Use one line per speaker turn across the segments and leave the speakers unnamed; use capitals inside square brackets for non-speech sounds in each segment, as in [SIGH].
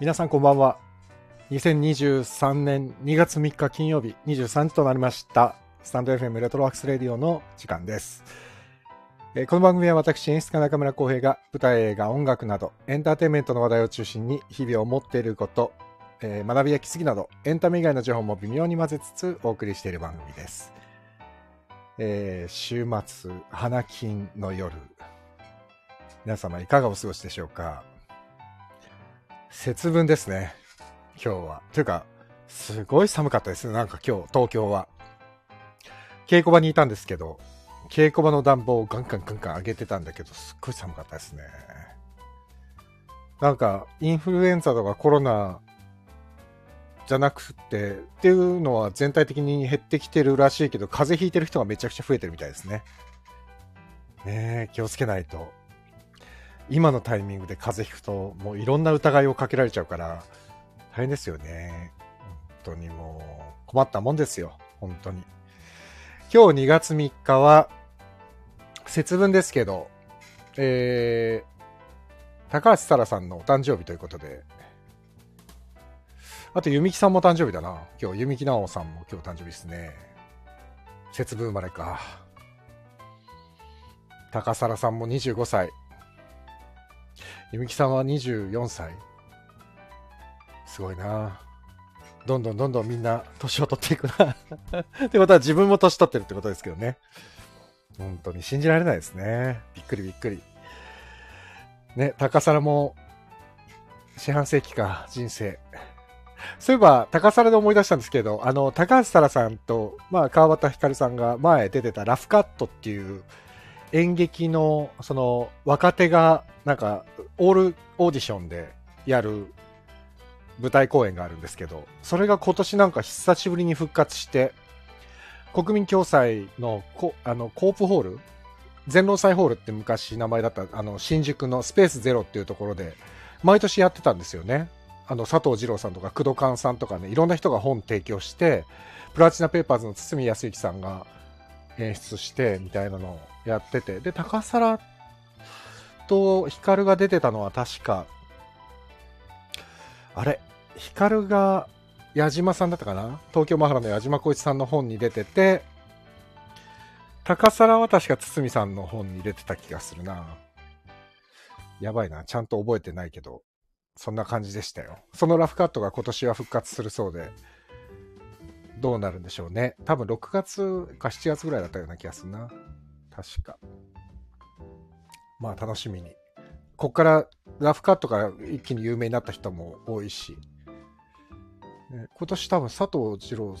皆さんこんばんは。2023年2月3日金曜日23時となりました。スタンド FM レトロワークスレディオの時間です。えー、この番組は私、演出家中村浩平が舞台、映画、音楽などエンターテインメントの話題を中心に日々を持っていること、えー、学びや気づきなどエンタメ以外の情報も微妙に混ぜつつお送りしている番組です。えー、週末、花金の夜。皆様いかがお過ごしでしょうか節分ですね。今日は。というか、すごい寒かったですね。なんか今日、東京は。稽古場にいたんですけど、稽古場の暖房をガンガンガンガン上げてたんだけど、すっごい寒かったですね。なんか、インフルエンザとかコロナじゃなくて、っていうのは全体的に減ってきてるらしいけど、風邪ひいてる人がめちゃくちゃ増えてるみたいですね。ねえ、気をつけないと。今のタイミングで風邪ひくともういろんな疑いをかけられちゃうから大変ですよね本当にもう困ったもんですよ本当に今日2月3日は節分ですけどえー、高橋沙羅さんのお誕生日ということであと弓木さんも誕生日だな今日弓木直さんも今日誕生日ですね節分生まれか高沙羅さんも25歳ゆみきさんは24歳すごいなどんどんどんどんみんな年を取っていくな [LAUGHS] ってことは自分も年取ってるってことですけどね本当に信じられないですねびっくりびっくりね高皿も四半世紀か人生そういえば高皿で思い出したんですけどあの高橋沙羅さんと、まあ、川端ひかるさんが前出てた「ラフカット」っていう演劇のその若手がなんかオールオーディションでやる舞台公演があるんですけどそれが今年なんか久しぶりに復活して国民共済のコあのコープホール全労祭ホールって昔名前だったあの新宿のスペースゼロっていうところで毎年やってたんですよねあの佐藤二朗さんとか工藤勘さんとかねいろんな人が本提供してプラチナペーパーズの堤康之さんが演出してみたいなのをやっててで高皿と光が出てたのは確かあれ光が矢島さんだったかな東京マハラの矢島浩一さんの本に出てて高皿は確か堤さんの本に出てた気がするなやばいなちゃんと覚えてないけどそんな感じでしたよそのラフカットが今年は復活するそうでどうなるんでしょうね。多分6月か7月ぐらいだったような気がするな。確か。まあ楽しみに。こっからラフカットが一気に有名になった人も多いし、ね、今年多分佐藤二郎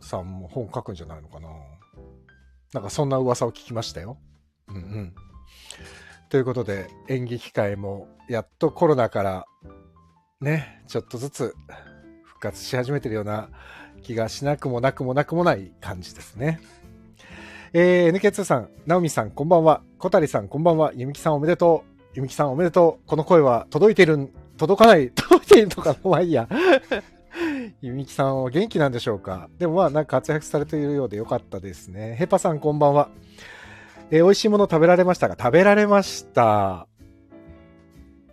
さんも本書くんじゃないのかな。なんかそんな噂を聞きましたよ。うんうん。ということで演劇界もやっとコロナからね、ちょっとずつ復活し始めてるような気がしなくもなくもなくもない感じですね。えー、NK2 さん、ナオミさん、こんばんは。小谷さん、こんばんは。ゆみきさん、おめでとう。ゆみきさん、おめでとう。この声は届いてるん、届かない、 [LAUGHS] 届いているのかなまあいいや。 [LAUGHS] ゆみきさんは元気なんでしょうかでもまあ、なんか活躍されているようでよかったですね。ヘパさん、こんばんは。えー、美味しいもの食べられましたが、食べられました。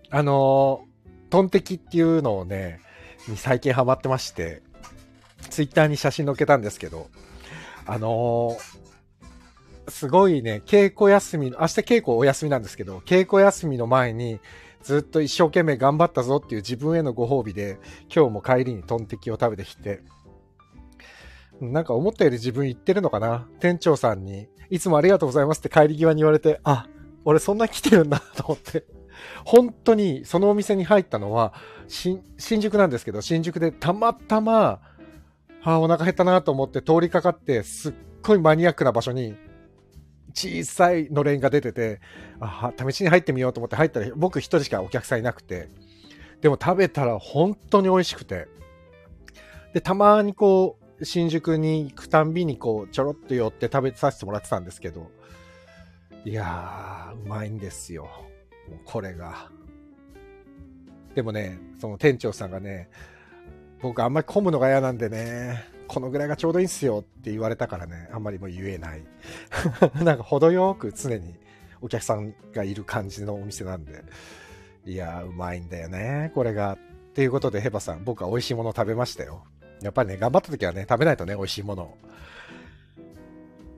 あのー、トンテキっていうのをね、最近ハマってまして、ツイッターに写真載っけたんですけど、あのー、すごいね、稽古休み、明日稽古お休みなんですけど、稽古休みの前に、ずっと一生懸命頑張ったぞっていう自分へのご褒美で、今日も帰りにトンテキを食べてきて、なんか思ったより自分言ってるのかな店長さんに、いつもありがとうございますって帰り際に言われて、あ、俺そんな来てるんだ [LAUGHS] と思って。本当にそのお店に入ったのは、新宿なんですけど、新宿でたまたま、はあ、お腹減ったなと思って通りかかって、すっごいマニアックな場所に、小さいのれんが出てて、あ試しに入ってみようと思って入ったら、僕一人しかお客さんいなくて、でも食べたら本当に美味しくて、で、たまにこう、新宿に行くたんびにこう、ちょろっと寄って食べさせてもらってたんですけど、いやー、うまいんですよ。これが。でもね、その店長さんがね、僕あんまり混むのが嫌なんでね、このぐらいがちょうどいいんすよって言われたからね、あんまりもう言えない。 [LAUGHS] なんか程よく常にお客さんがいる感じのお店なんで、いやー、うまいんだよね、これがっっていうことで、ヘバさん、僕は美味しいもの食べましたよ。やっぱりね、頑張った時はね、食べないとね、美味しいものを。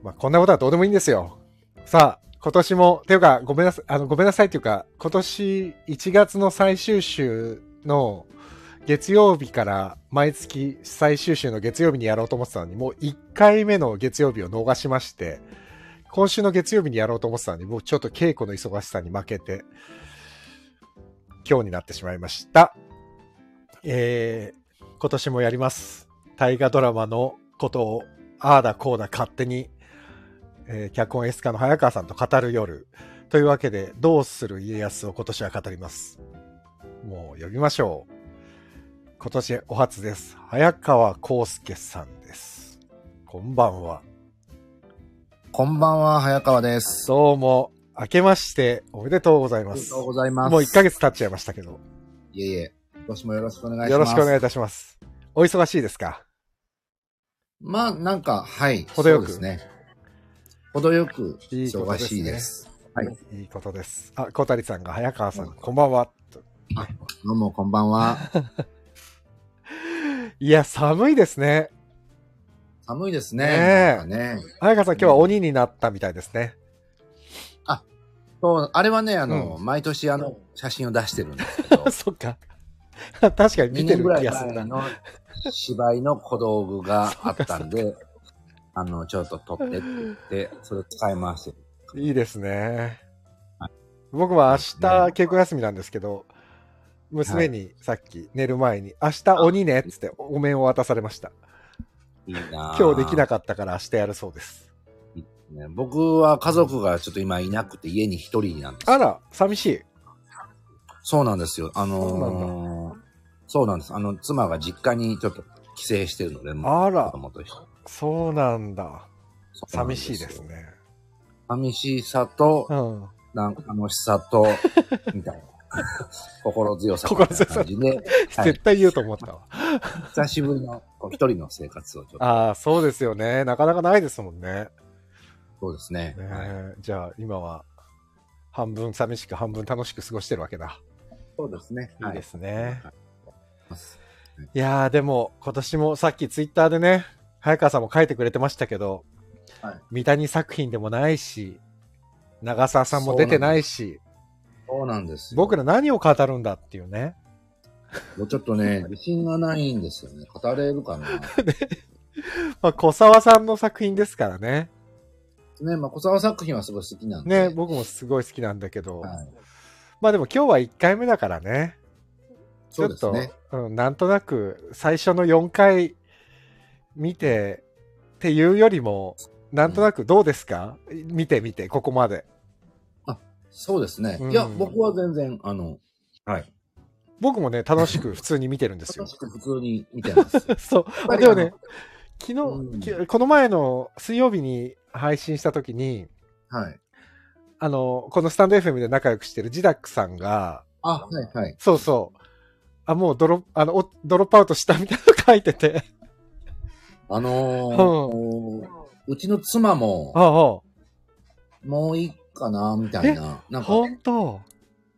まあ、こんなことはどうでもいいんですよ。さあ、今年も、ていうか、ごめんなさい、あの、ごめんなさいっていうか、今年1月の最終週の月曜日から毎月最終週の月曜日にやろうと思ってたのに、もう1回目の月曜日を逃しまして、今週の月曜日にやろうと思ってたのに、もうちょっと稽古の忙しさに負けて、今日になってしまいました。えー、今年もやります。大河ドラマのことを、ああだこうだ勝手に、えー脚本演出家の早川さんと語る夜。というわけで、どうする家康を今年は語ります。もう呼びましょう。今年お初です。早川康介さんです。こんばんは。
こんばんは、早川です。
どうも、明けましておめでとうござい
あ
ま
り
す
が。とうございます。
もう1ヶ月経っちゃいましたけど、
いえいえ、今年もよろしくお願いします。
よろしくお願いいたします。お忙しいですか
まあ、なんか、はい。
程よく
そうですね。程よく、
いいこと
忙
ですね
しいです。はい。
いいことです。あ、小谷さんが早川さん、こんばんは。と
どうも、こんばんは。
[LAUGHS] いや、寒いですね。
寒いですね。
ねえ
なんかね
早川さん、今日は鬼になったみたいですね。、
そう、あれはね、あの、毎年、あの、写真を出してるんですけど
そっか。確かに
2
[LAUGHS] 見て
年
る
ぐら
気
い
がするな
前。の芝居の小道具があっ
[LAUGHS]
たんで、あの、ちょっと撮ってって言って、それ使い回してる。
いいですね
は。
僕は明日、
ね
稽古休みなんですけど、娘にさっき寝る前に、明日鬼ねっつってお面を渡されました。
いいな
今日でき
い
なかったから明日やるそうです。
ね、僕は家族がちょっと今いなくて家に一人なんですよ
あら、寂しい。
そうなんですよ。
そ
あ
うな
のーそうなんです。あの、妻が実家にちょっと帰省してるので、もう
あ
子
ら、
供と一緒
そうなんだ。
そうなん
寂
で
しいですす
よ。
ね。
寂しさと
う、ん。
なんか楽しさ
[LAUGHS]
と、みたいな。心強さみたいな感じで、はい
絶対言うと思ったわ。
久しぶりのこう一人の生活をちょっと、
ああ、そうですよね。なかなかないですもんね。
そうですね。
ね
はい
えじゃあ、今は、半分寂しく、半分楽しく過ごしてるわけだ。
そうですね。
いいですね。
はい
いやー、でも、今年もさっきツイッターでね、早川さんも書いてくれてましたけど、
はい
三谷作品でもないし、長澤さんも出てないし、
そうなんですよ。
僕ら何を語るんだっていうね。
もうちょっとね、自信がないんですよね。語れるかな。
まあ、小沢さんの作品ですからね。
ね、まあ、小沢作品はすごい好きなんで。
ね、僕もすごい好きなんだけど、
はい、
まあでも今日は1回目だからね。
そうですね。
ちょっと、うん、なんとなく最初の4回見てっていうよりも、なんとなくどうですか、見て見て、ここまで。
そうですね。
うん
いや、僕は全然、あの、はい。
僕もね、楽し
[LAUGHS]
く普通に見てるんですよ
楽。しく普通に見
[LAUGHS]
てます。
そう。でもね、昨日、
うん
きこの前の水曜日に配信した時に、
はい。
あの、このスタンド FM で仲良くしてるジダックさんが、
あ、はい、はい。
そうそう。あ、もうドロップ、あの、おドロップアウトしたみたいなの書いてて。
[LAUGHS] あのーうちの妻も、
ああ、
もういいかな、みたいな。なんか、
本当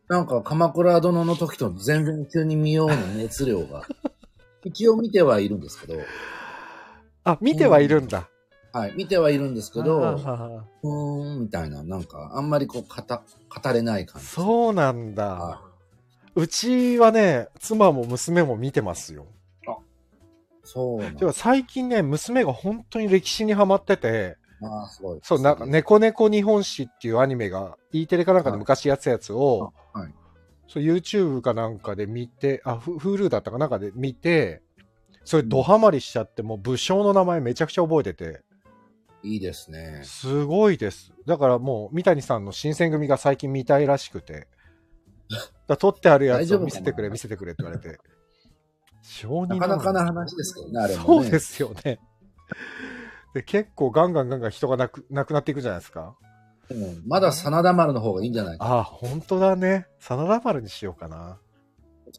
なんか、鎌倉殿の時と全然急に見ようの熱量
[LAUGHS]
が。一応見てはいるんですけど、
あ、見てはいるんだ。
はい、見てはいるんですけ
ああ
ど、
ああ
うーん、みたいな、なんか、あんまりこう、語、語れない感じ。
そうなんだ。
は
うちはね、妻も娘も見てますよ。
い。そうなん
て
だ
か最近ね、娘が本当に歴史にハマってて、
あーすごい。
そう、なんか、。猫猫日本史っていうアニメが、E テレかなんかで昔やってたやつを、
あはい
そう YouTube かなんかで見て、あ、フ Hulu だったかなんかで見て、それドハマりしちゃって、もう武将の名前めちゃくちゃ覚えてて、
いいですね。
すごいです。だからもう、三谷さんの新選組が最近見たいらしくて、だ取ってあるや
大
つ
丈夫
を
か
見
な
せてくれ、見せてくれって言われて。承認
なかなかな話ですけどね、あれも、ね。
そうですよね。で結構ガンガンガンガン人がなくなくなっていくじゃないですか。
でもまだ真田丸の方がいいんじゃないか。
ああ、本当だね。真田丸にしようかな。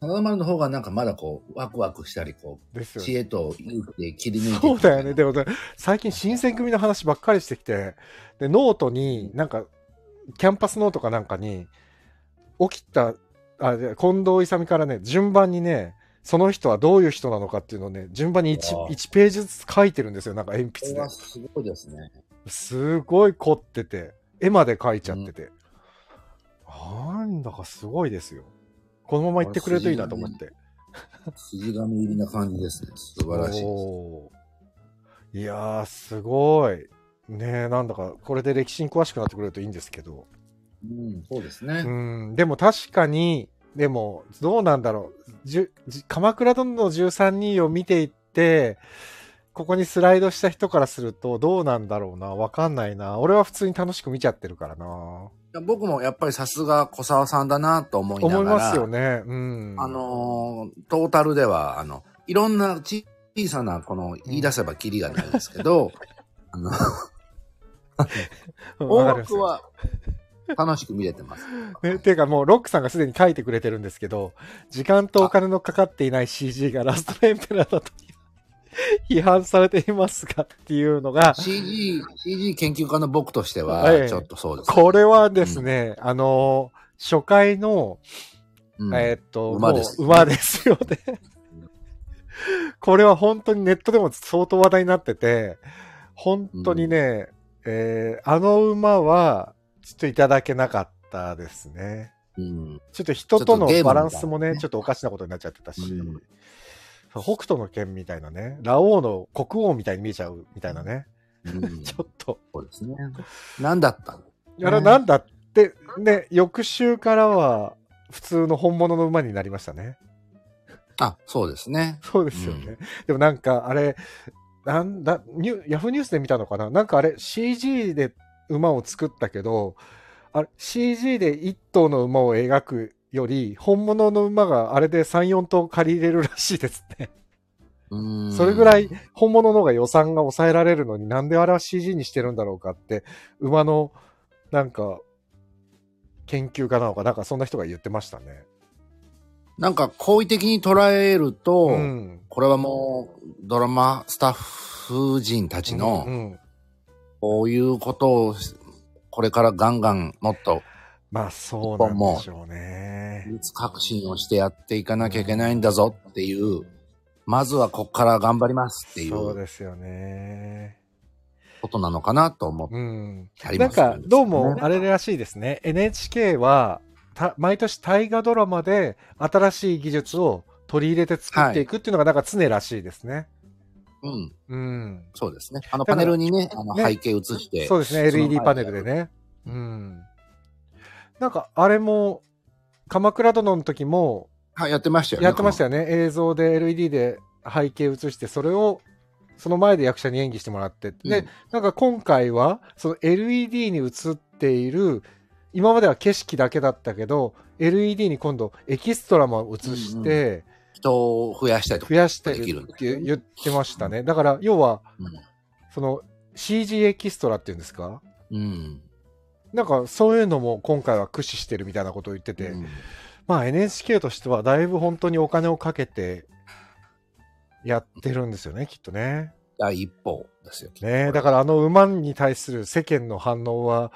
真田丸の方がなんかまだこう、ワクワクしたり、こ
です
う、
よ
知
ね。
恵と勇気で切り抜いていく
そうだよね。
みたい
でもね、最近新選組の話ばっかりしてきて、で、ノートに、なんか、キャンパスノートかなんかに、起きた、あ、で近藤勇からね、順番にね、その人はどういう人なのかっていうのをね、順番に 1,
ああ
1ページずつ書いてるんですよ、なんか鉛
これ
筆で
は。すごいですね。
すごい凝ってて、絵まで描いちゃってて。なんだかすごいですよ。このまま行ってくれるといいなと思って。
筋紙入りな感じですね。素晴らしいです。
おーいやー、すごい。ねえ、なんだか、これで歴史に詳しくなってくれるといいんですけど。
うん、そうですね。
うん、でも確かに、でも、どうなんだろう。じゅじ鎌倉殿の13人を見ていって、ここにスライドした人からすると、どうなんだろうな。わかんないな。俺は普通に楽しく見ちゃってるからな。
僕もやっぱりさすが小沢さんだなと思いながら。
思いますよね。うん。
あのートータルでは、あの、いろんな小さな、この、言い出せばキリがないですけど、あ
うん、
の、
わか
多
ります
く
よ
は楽しく見れてます。
ね、ていうかもうロックさんがすでに書いてくれてるんですけど、時間とお金のかかっていない CG がラストエンペラーだと批判されていますがっていうのが、
CG、CG 研究家の僕として
ええ
は、ちょっとそうですね、
これはですね、あのー初回の、
うん
えーっと、
馬
もう
です
馬ですよね。これは本当にネットでも相当話題になってて、本当にね、えーあの馬はちょっといただけなかったですね。
うん
ちょっと人との
ちょっとゲームみた
バ
いなね
ランスもね、ちょっとおかしなことになっちゃってたし、
うん
そう北斗の剣みたいなね、ラオウの国王みたいに見えちゃうみたいなね、
うん
ちょっと、
そうですね。何だったの
あれなんだって、ね、翌週からは普通の本物の馬になりましたね。
あ、そうですね。
そうですよね。でもなんかあれ、なんだニュ、ヤフーニュースで見たのかななんかあれ、CG で馬を作ったけど、あれ CG で1頭の馬を描くより、本物の馬があれで3、4頭借り入れるらしいですね。
うん
それぐらい本物の方が予算が抑えられるのになんであれは CG にしてるんだろうかって、馬のなんか、研究家なのか、なんかそんな人が言ってましたね。
なんか好意的に捉えると、
うん。
これはもうドラマスタッフ陣たちの、
うん、
こういうことをし、これからガンガンもっと
まあそうなんでしょうね。
技術革新をしてやっていかなきゃいけないんだぞっていう、まずはこっから頑張りますってい
そう
う
ですよね。
ことなのかなと思っ
うん。
たり
な
も
ん
する
か、
んです
ど
よ
う
ね
も、あれらしいですね。NHK は、た毎年大河ドラマで新しい技術を取り入れて作っていくっていうのがなんか常らしいですね。
うん、
うん。
そうですね。あの
だ
パ
から
ネルにね、あの
ね
背景映して、
そうですね、
その
LED パネルでね。うん。なんか、あれも、鎌倉殿の時も、
はい、やってましたよね。
やってましたよね。映像で LED で背景映して、それを、その前で役者に演技してもらって。
うん
で、なんか今回は、その LED に映っている、今までは景色だけだったけど、LED に今度エキストラも映して、
人を増やしたりとか
増。やして
でき
る
るん
っ
だ
て言ってましたね。だから、要は、その CG エキストラっていうんですか
うん。うん。
なんかそういうのも今回は駆使してるみたいなことを言ってて、
うん
まあ NHK としてはだいぶ本当にお金をかけてやってるんですよね、きっとね。
第一歩ですよ。
ねえだからあの馬に対する世間の反応は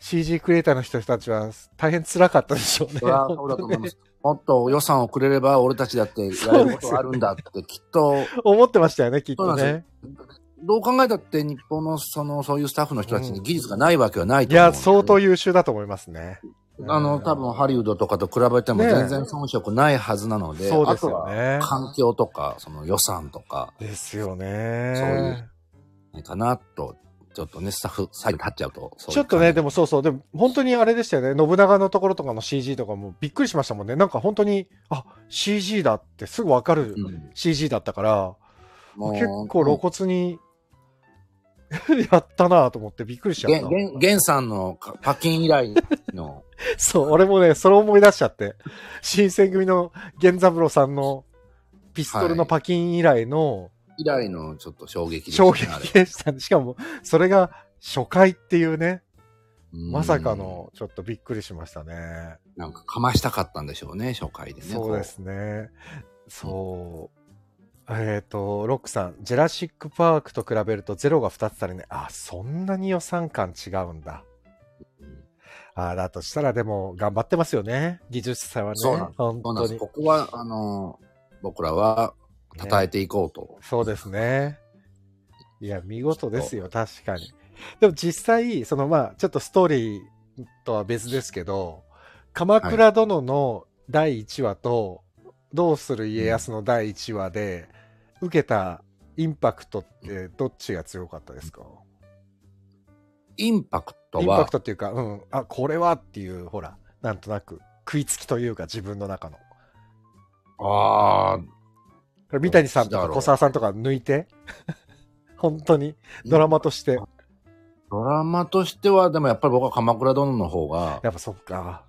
CG クリエイターの人たちは大変辛かったでしょうね。
それはそうだと思います。もっと予算をくれれば俺たちだってやれることはあるんだって、きっと、
[LAUGHS] 思ってましたよね、きっと
そうなん
ね。
どう考えたって日本のその、そういうスタッフの人たちに技術がないわけはない
い
と思う、
や、相当。優秀だと思いますね。
あの、多分ハリウッドとかと比べても
ねえ
全然遜色ないはずなので、
そう
あ
です
と
よ
は
ね。
環境とか、その予算とか、
ですよ
そうい
ね。
ないかなと、ちょっとね、スタッフ、最後に立っちゃうと、そういう
ちょっとね、で
も、
もそうそう、でも本当にあれでしたよね、信長のところとかの CG とかもびっくりしましたもんね、なんか本当に、あ CG だってすぐ分かる
うん
CG だったから、
もう
結構露骨に [LAUGHS] やったなぁと思ってびっくりしちゃ
ゲ
っ
ン
た。
ゲンゲンさんのパキン以来の、
そう、俺もね、それを思い出しちゃって、新選組の源三郎さんのピストルのパキン以来の
以来のちょっと衝撃でした
衝
ね
撃
あれ
でしたね、しかもそれが初回っていうね、
うん
まさかのちょっとびっくりしましたね。
なんかかましたかったんでしょうね、初回でね。
そうですね。そう。えっ、と、ロックさん、ジェラシック・パークと比べるとゼロが2つ足りない。あ、そんなに予算感違うんだ。あだとしたらでも頑張ってますよね。技術者はね。
そうなん
本
そう
当
なんです。
に。
ここは、あの、僕らは称えていこうと。
そうですね。いや、見事ですよ、確かに。でも実際、そのまあ、ちょっとストーリーとは別ですけど、鎌倉殿の第1話と、どうする家康の第1話で、受けたインパクトって、どっちが強かったですか、
インパクト
インパ
は
ク、トっていうか、うん、あ、これはっていう、ほら、なんとなく、食いつきというか、自分の中の。
ああ、
これ三谷さんと
どっち
か
だろう
小沢さんとか抜いて、本当に、ドラマとして。
ドラマとしては、でもやっぱり僕は鎌倉殿の方が、
やっぱそっか。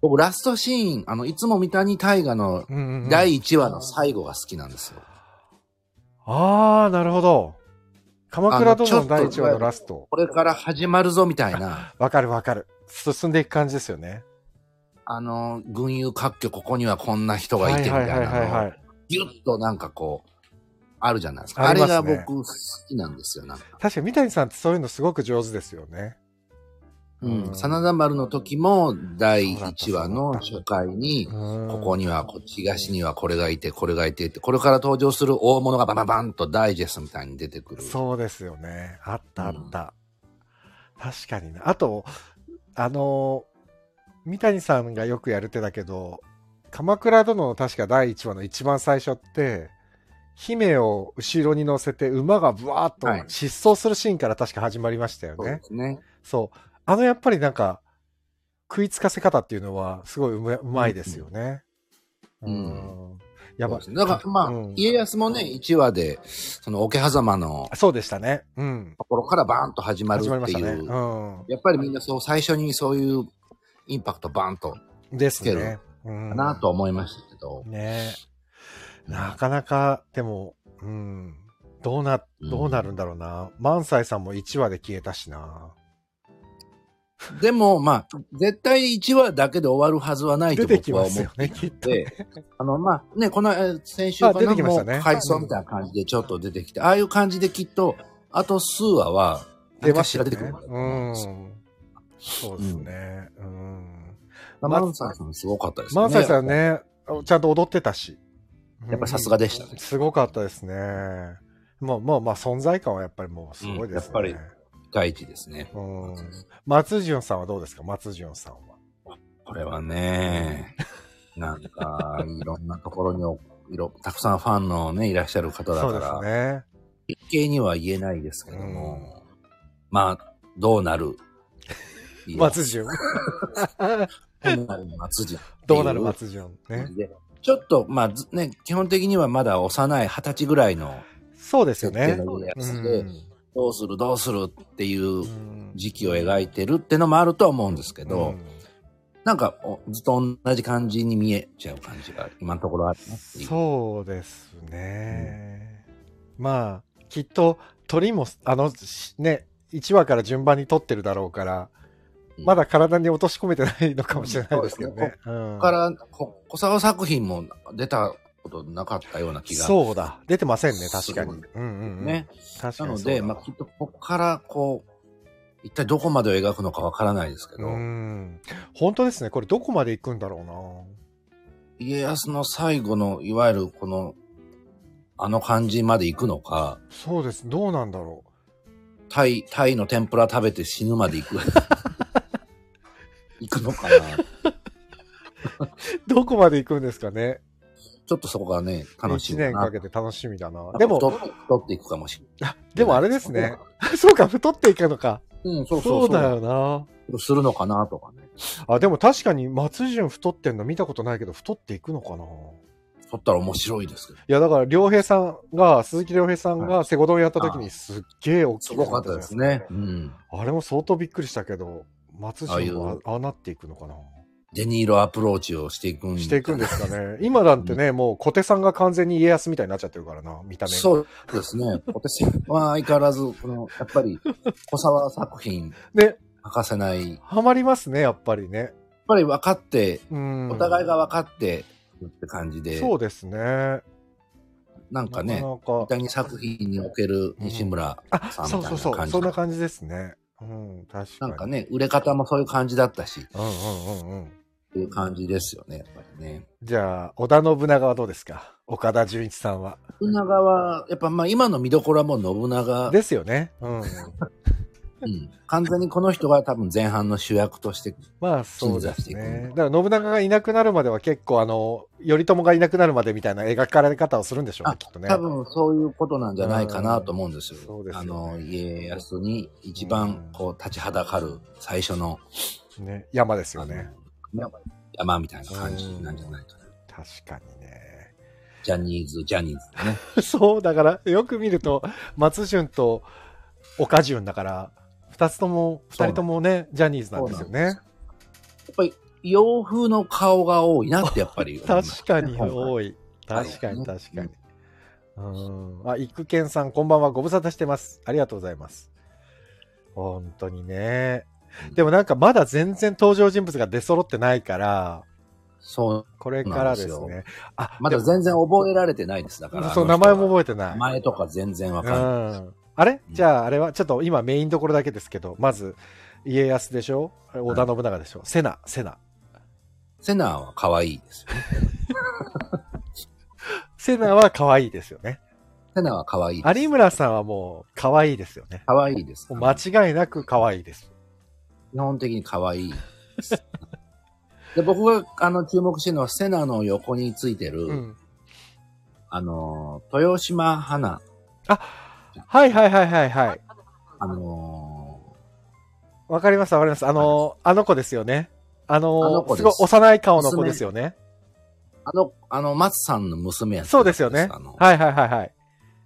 僕ラストシーン、あの、いつも三谷大河
う
の
んうんうん
第1話の最後が好きなんですよ。
ああ、なるほど。鎌倉殿の第1話
あのちょっと
のラスト。
これから始まるぞみたいな、
わかるわかる。進んでいく感じですよね。
あの、群雄割拠、ここにはこんな人がいてみたいなのを、
い。
ぎゅっとなんかこう、あるじゃないですか。あ
あり
れ
ますね
が僕好きなんですよ、なんか。
確かに三谷さんってそういうのすごく上手ですよね。
うん。真
う
田丸の時も、第1話の初回に、
ん
ここには、こ東にはこれがいて、これがいてって、これから登場する大物がバババンとダイジェストみたいに出てくる。
そうですよね。あったあった。確かにな。あと、あの、三谷さんがよくやる手だけど、鎌倉殿の確か第1話の一番最初って、姫を後ろに乗せて馬がブワ
は
ー
い
っと疾走するシーンから確か始まりましたよ
そう
ね
で。すね。
そう。あのやっぱりなんか、食いつかせ方っていうのは、すごいうまうまいですよね。
うん
ん。やばい。
だから、まあ、
うん
家康もね、1話で、その、桶狭間の
そうでしたね。うん。
ところからバーンと始まる
始まり
っ
ま
て
し
い
たね。
う、
う
やっぱりみんなそう、最初にそういうインパクトバーンと、
ん。です
つけ
ね
る。
うん
かなと。思いましたけど、
ねなかなか、でも、うん。どうな、どうなるんだろうな。萬斎さんも1話で消えたしな。
でも、まあ、絶対1話だけで終わるはずはないと
出てき
僕は
ま
思っ
す
て
よね、きっと。
で、あの、まあ、ね、この、えー先週か
あ出
な、
てきまし
も
た
う
ね
回想みたいな感じでちょっと出てきて、ああいう感じできっと、あと数話は、
出ました
何かしら出てく
ね
るんだ。と
う
思
ん
います。。
そうですね。うん。
マンサイさんすごかったですね。
マンサイさん。ね、ちゃんと踊ってたし。
やっぱりさすがでした
うん
ね。
すごかったですね。もう、もう、まあ、存在感はやっぱりもうすごいですね。
うんやっぱ第一ですね。
うん。松潤さんはどうですか松潤さんは。
これはね、なんか、いろんなところにお、いろ、たくさんファンのね、いらっしゃる方だ
そう
か
です
ら、
ね。
一見には言えないですけども、まあ、どうなる。いや
松
[LAUGHS]
潤。
どうなる松潤。
どうなる松潤ね。
でちょっと、まあ、ずね、基本的にはまだ幼い二十歳ぐらいの
そうですよ
設定
ね。
のや
う
つで、
ん。
どうするどうするっていう
うん
時期を描いてるってのもあるとは思うんですけど、なんかおずっと同じ感じに見えちゃう感じが今のところあるなっていう。
そうですね。まあ、きっと鳥も、あの、しね、1話から順番に撮ってるだろうから、
うん
まだ体に落とし込めてないのかもしれないですけどね。うん
だから、こ小沢作品も出たことなかったような気が。
そうだ。出てませんね、確かに。
すごい
うんうんうん。
ね。
確か
な
に
の
そうだ
で、まあ、きっとここからこう、一体どこまでを描くのかわからないですけど、
うん。本当ですね。これどこまで行くんだろ
家康の最後の、いわゆるこの、あの感じまで行くのか、
うな。そうです。どうなんだろ
タイ、タイの天ぷら食べて死ぬまで行く。行くのかな
う。どこまで行くんですかね。
ちょっとそこがね、楽し
1
みだ
年
な
か。けて楽しみだな。
で
で
も、
も、
太っ太っていくかもしれない。
でもあれですね。 [LAUGHS] そうか、太っていくのか。
うん、そ
そうう
そうそう。
だよな。
するのかなとかね。
あでも確かに松潤太ってんの見たことないけど太っていくのかな
撮ったら面白いですけど。
いやだから良平さんが鈴木亮平さんがセゴドンやった時
は
にすっげえ大
す
きい
ご
のが
かった
出て
で
た
す
じゃない
ね。うん。
あれも相当びっくりしたけど松
ああいう
潤はああなっていくのかな
デニーロアプローチをしていくん
していくんですかね今なんてねもう小手さんが完全に家康みたいになっちゃってるからな見た目が
そうですね。私は相変わらず、この、やっぱり、小沢作品、
ね
欠かせない。やっ
ハマりますねやっぱりね
ぱり分かって、
うん
お互いが分かって、って感じで、
そうですね
なんかね、
なかなか
三谷作品における西村
あ
さんみ
そ
た
う
いな
そ
感
う
じ
そうそんな感じですねうん確か
な
に
んかね、売れ方もそういう感じだったし、
うんうんうんうん
いう感じですよね、やっぱりね。
じゃあ、織田信長はどうですか岡田准一さんは。
信長は、やっぱまあ今の見どころはもう信長。
ですよね。
[LAUGHS]
うん。
うん、完全にこの人が多分前半の主役として、
まあ、そうです
鎮座していく
ね。だから、信長がいなくなるまでは結構、あの、頼朝がいなくなるまでみたいな描かれ方をするんでしょうね
あ、
きっとね。
多分そういうことなんじゃないかなと思うんですよ。
うんそうですよ
あ
ね
の、家康に一番こう立ちはだかる最初の、
ね。山ですよ
あの
ね。
山みたいな感じなんじゃないかな。
確かにね。
ジャニーズ、ジャニーズってね。
[LAUGHS] そう、だから、よく見ると、松潤と岡潤だから、二つとも、
そ
二
うなん
人ともね、ジャニーズなんですよね。
やっぱり洋風の顔が多いなってやっぱり思いま
[LAUGHS] 確
す
かに
はい
多い。確かに
はい
確かに。うん。あ、育賢さん、こんばんは。ご無沙汰してます。ありがとうございます。本当にね。でもなんかまだ全然登場人物が出揃ってないから、
そう。
これからです
そうなん
ね。あ、
まだ全然覚えられてないです。だから。
そう、
あの
名
人
前
は
も覚えてない。
名前とか全然わかんない。
うんあれ
うん
じゃああれはちょっと今メインどころだけですけどまず家康でしょ織田信長でしょ瀬名瀬名
セナーは可愛いですよ。
瀬名は可愛いですよね
セナーは可愛いです。
有村さんはもう可愛いですよね
可愛いです。
もう間違いなく可愛いです
基本的に可愛いです。で、僕が、あの、注目してるのは、セナの横についてる、
うん
あの、豊島花、
はいはいはいはいはい
あの
わかりますわかりますあのあの子ですよねあの
あの子
す
です
ごい幼い顔の子ですよね
あの、あの、松さんの娘やってた
そうですよね
あの、
はいはいはいはい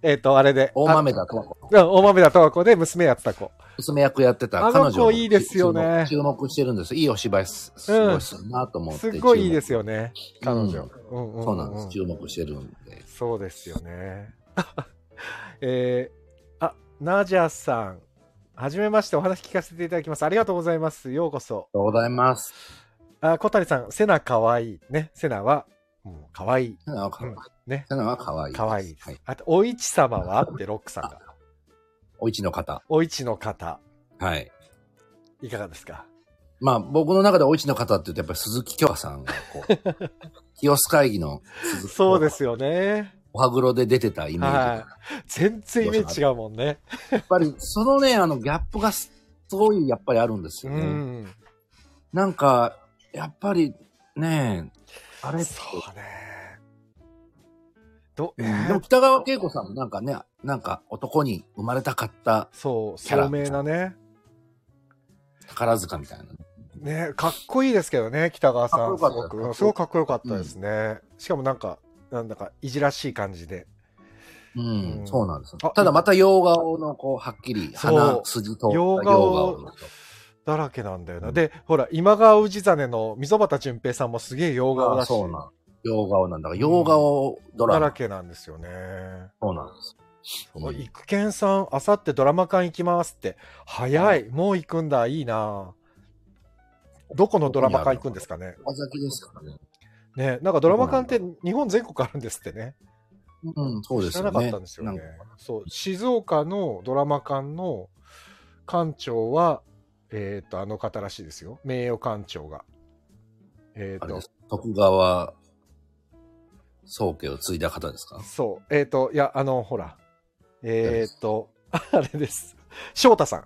えっ、とあれで
大豆
あ
田と子、
うん大豆だとわ子で娘やってた子
娘役やってた
あの
彼
子
女も
いいですよね
注目注目してるんです。いいお芝居す、すごいするなと思って、。
すっごいいいですすよね彼女、うんうん
そうなんです。注目してるんで。
そうですよね。 [LAUGHS] えー、あ、ナジャさん。はじめまして、お話聞かせていただきます。ありがとうございます。ようこそ。
ありがとうございます。
あ、小谷さん、セナかわいい。ね、セナは、もう、かわいい。
セナは可愛い。
ね、
セナは可愛いです。
かわいいです。
はい。
あと、お市様はって、ロックさん
[LAUGHS]
が。
お市の方。
お市の方、
はい。
いかがですか
まあ、僕の中でお市の方って言うと、やっぱり鈴木京香さんが、こう、 [LAUGHS] 清須会議の鈴木京香
そうで。すよね。
おはぐろで出てたイメージが。
はい。全然イメージ違うもんね。
やっぱり、そのね、あの、ギャップがすすごい、やっぱりあるんです
う
よね。
ん。
なんか、やっぱり、ねあれって
そうね。ど、え
うんでも
ー、
北川景子さんもなんかね、なんか男に生まれたかった
そう、
キャラ
聡明なね。
宝塚みたいなね。
ねかっこいいですけどね北川さんす
かっこよか
ご
った
くすごくかっこよかったですね、しかもなんかなんだかいじらしい感じで
うん、
うん
そうなんですよ
あ
ただまた洋顔の、こう、はっきり、
そう
鼻筋と
洋顔
の人
だらけなんだよな、
うん
でほら今川氏真の溝端淳平さんもすげえ洋顔
あ
だし
そうなん。洋顔なんだから、洋顔ド
だ
ラマ。
らけなんですよね
そうなんです。
そう
うん
育賢さんあさってドラマ館行きますって早い、もう行くんだいいなどこのドラマ館行くんですかね
岡崎ですからね。
ねなんかドラマ館って日本全国あるんですってね
うん、そうです
知ら
よ
な
ね。
かったんですよね
なんか
そう静岡のドラマ館の館長はえっ、とあの方らしいですよ名誉館長がえっ、
あれで
と
す。徳川宗家を継いだ方ですか
そうえっ、といやあのほらえっ、とあれです翔太さん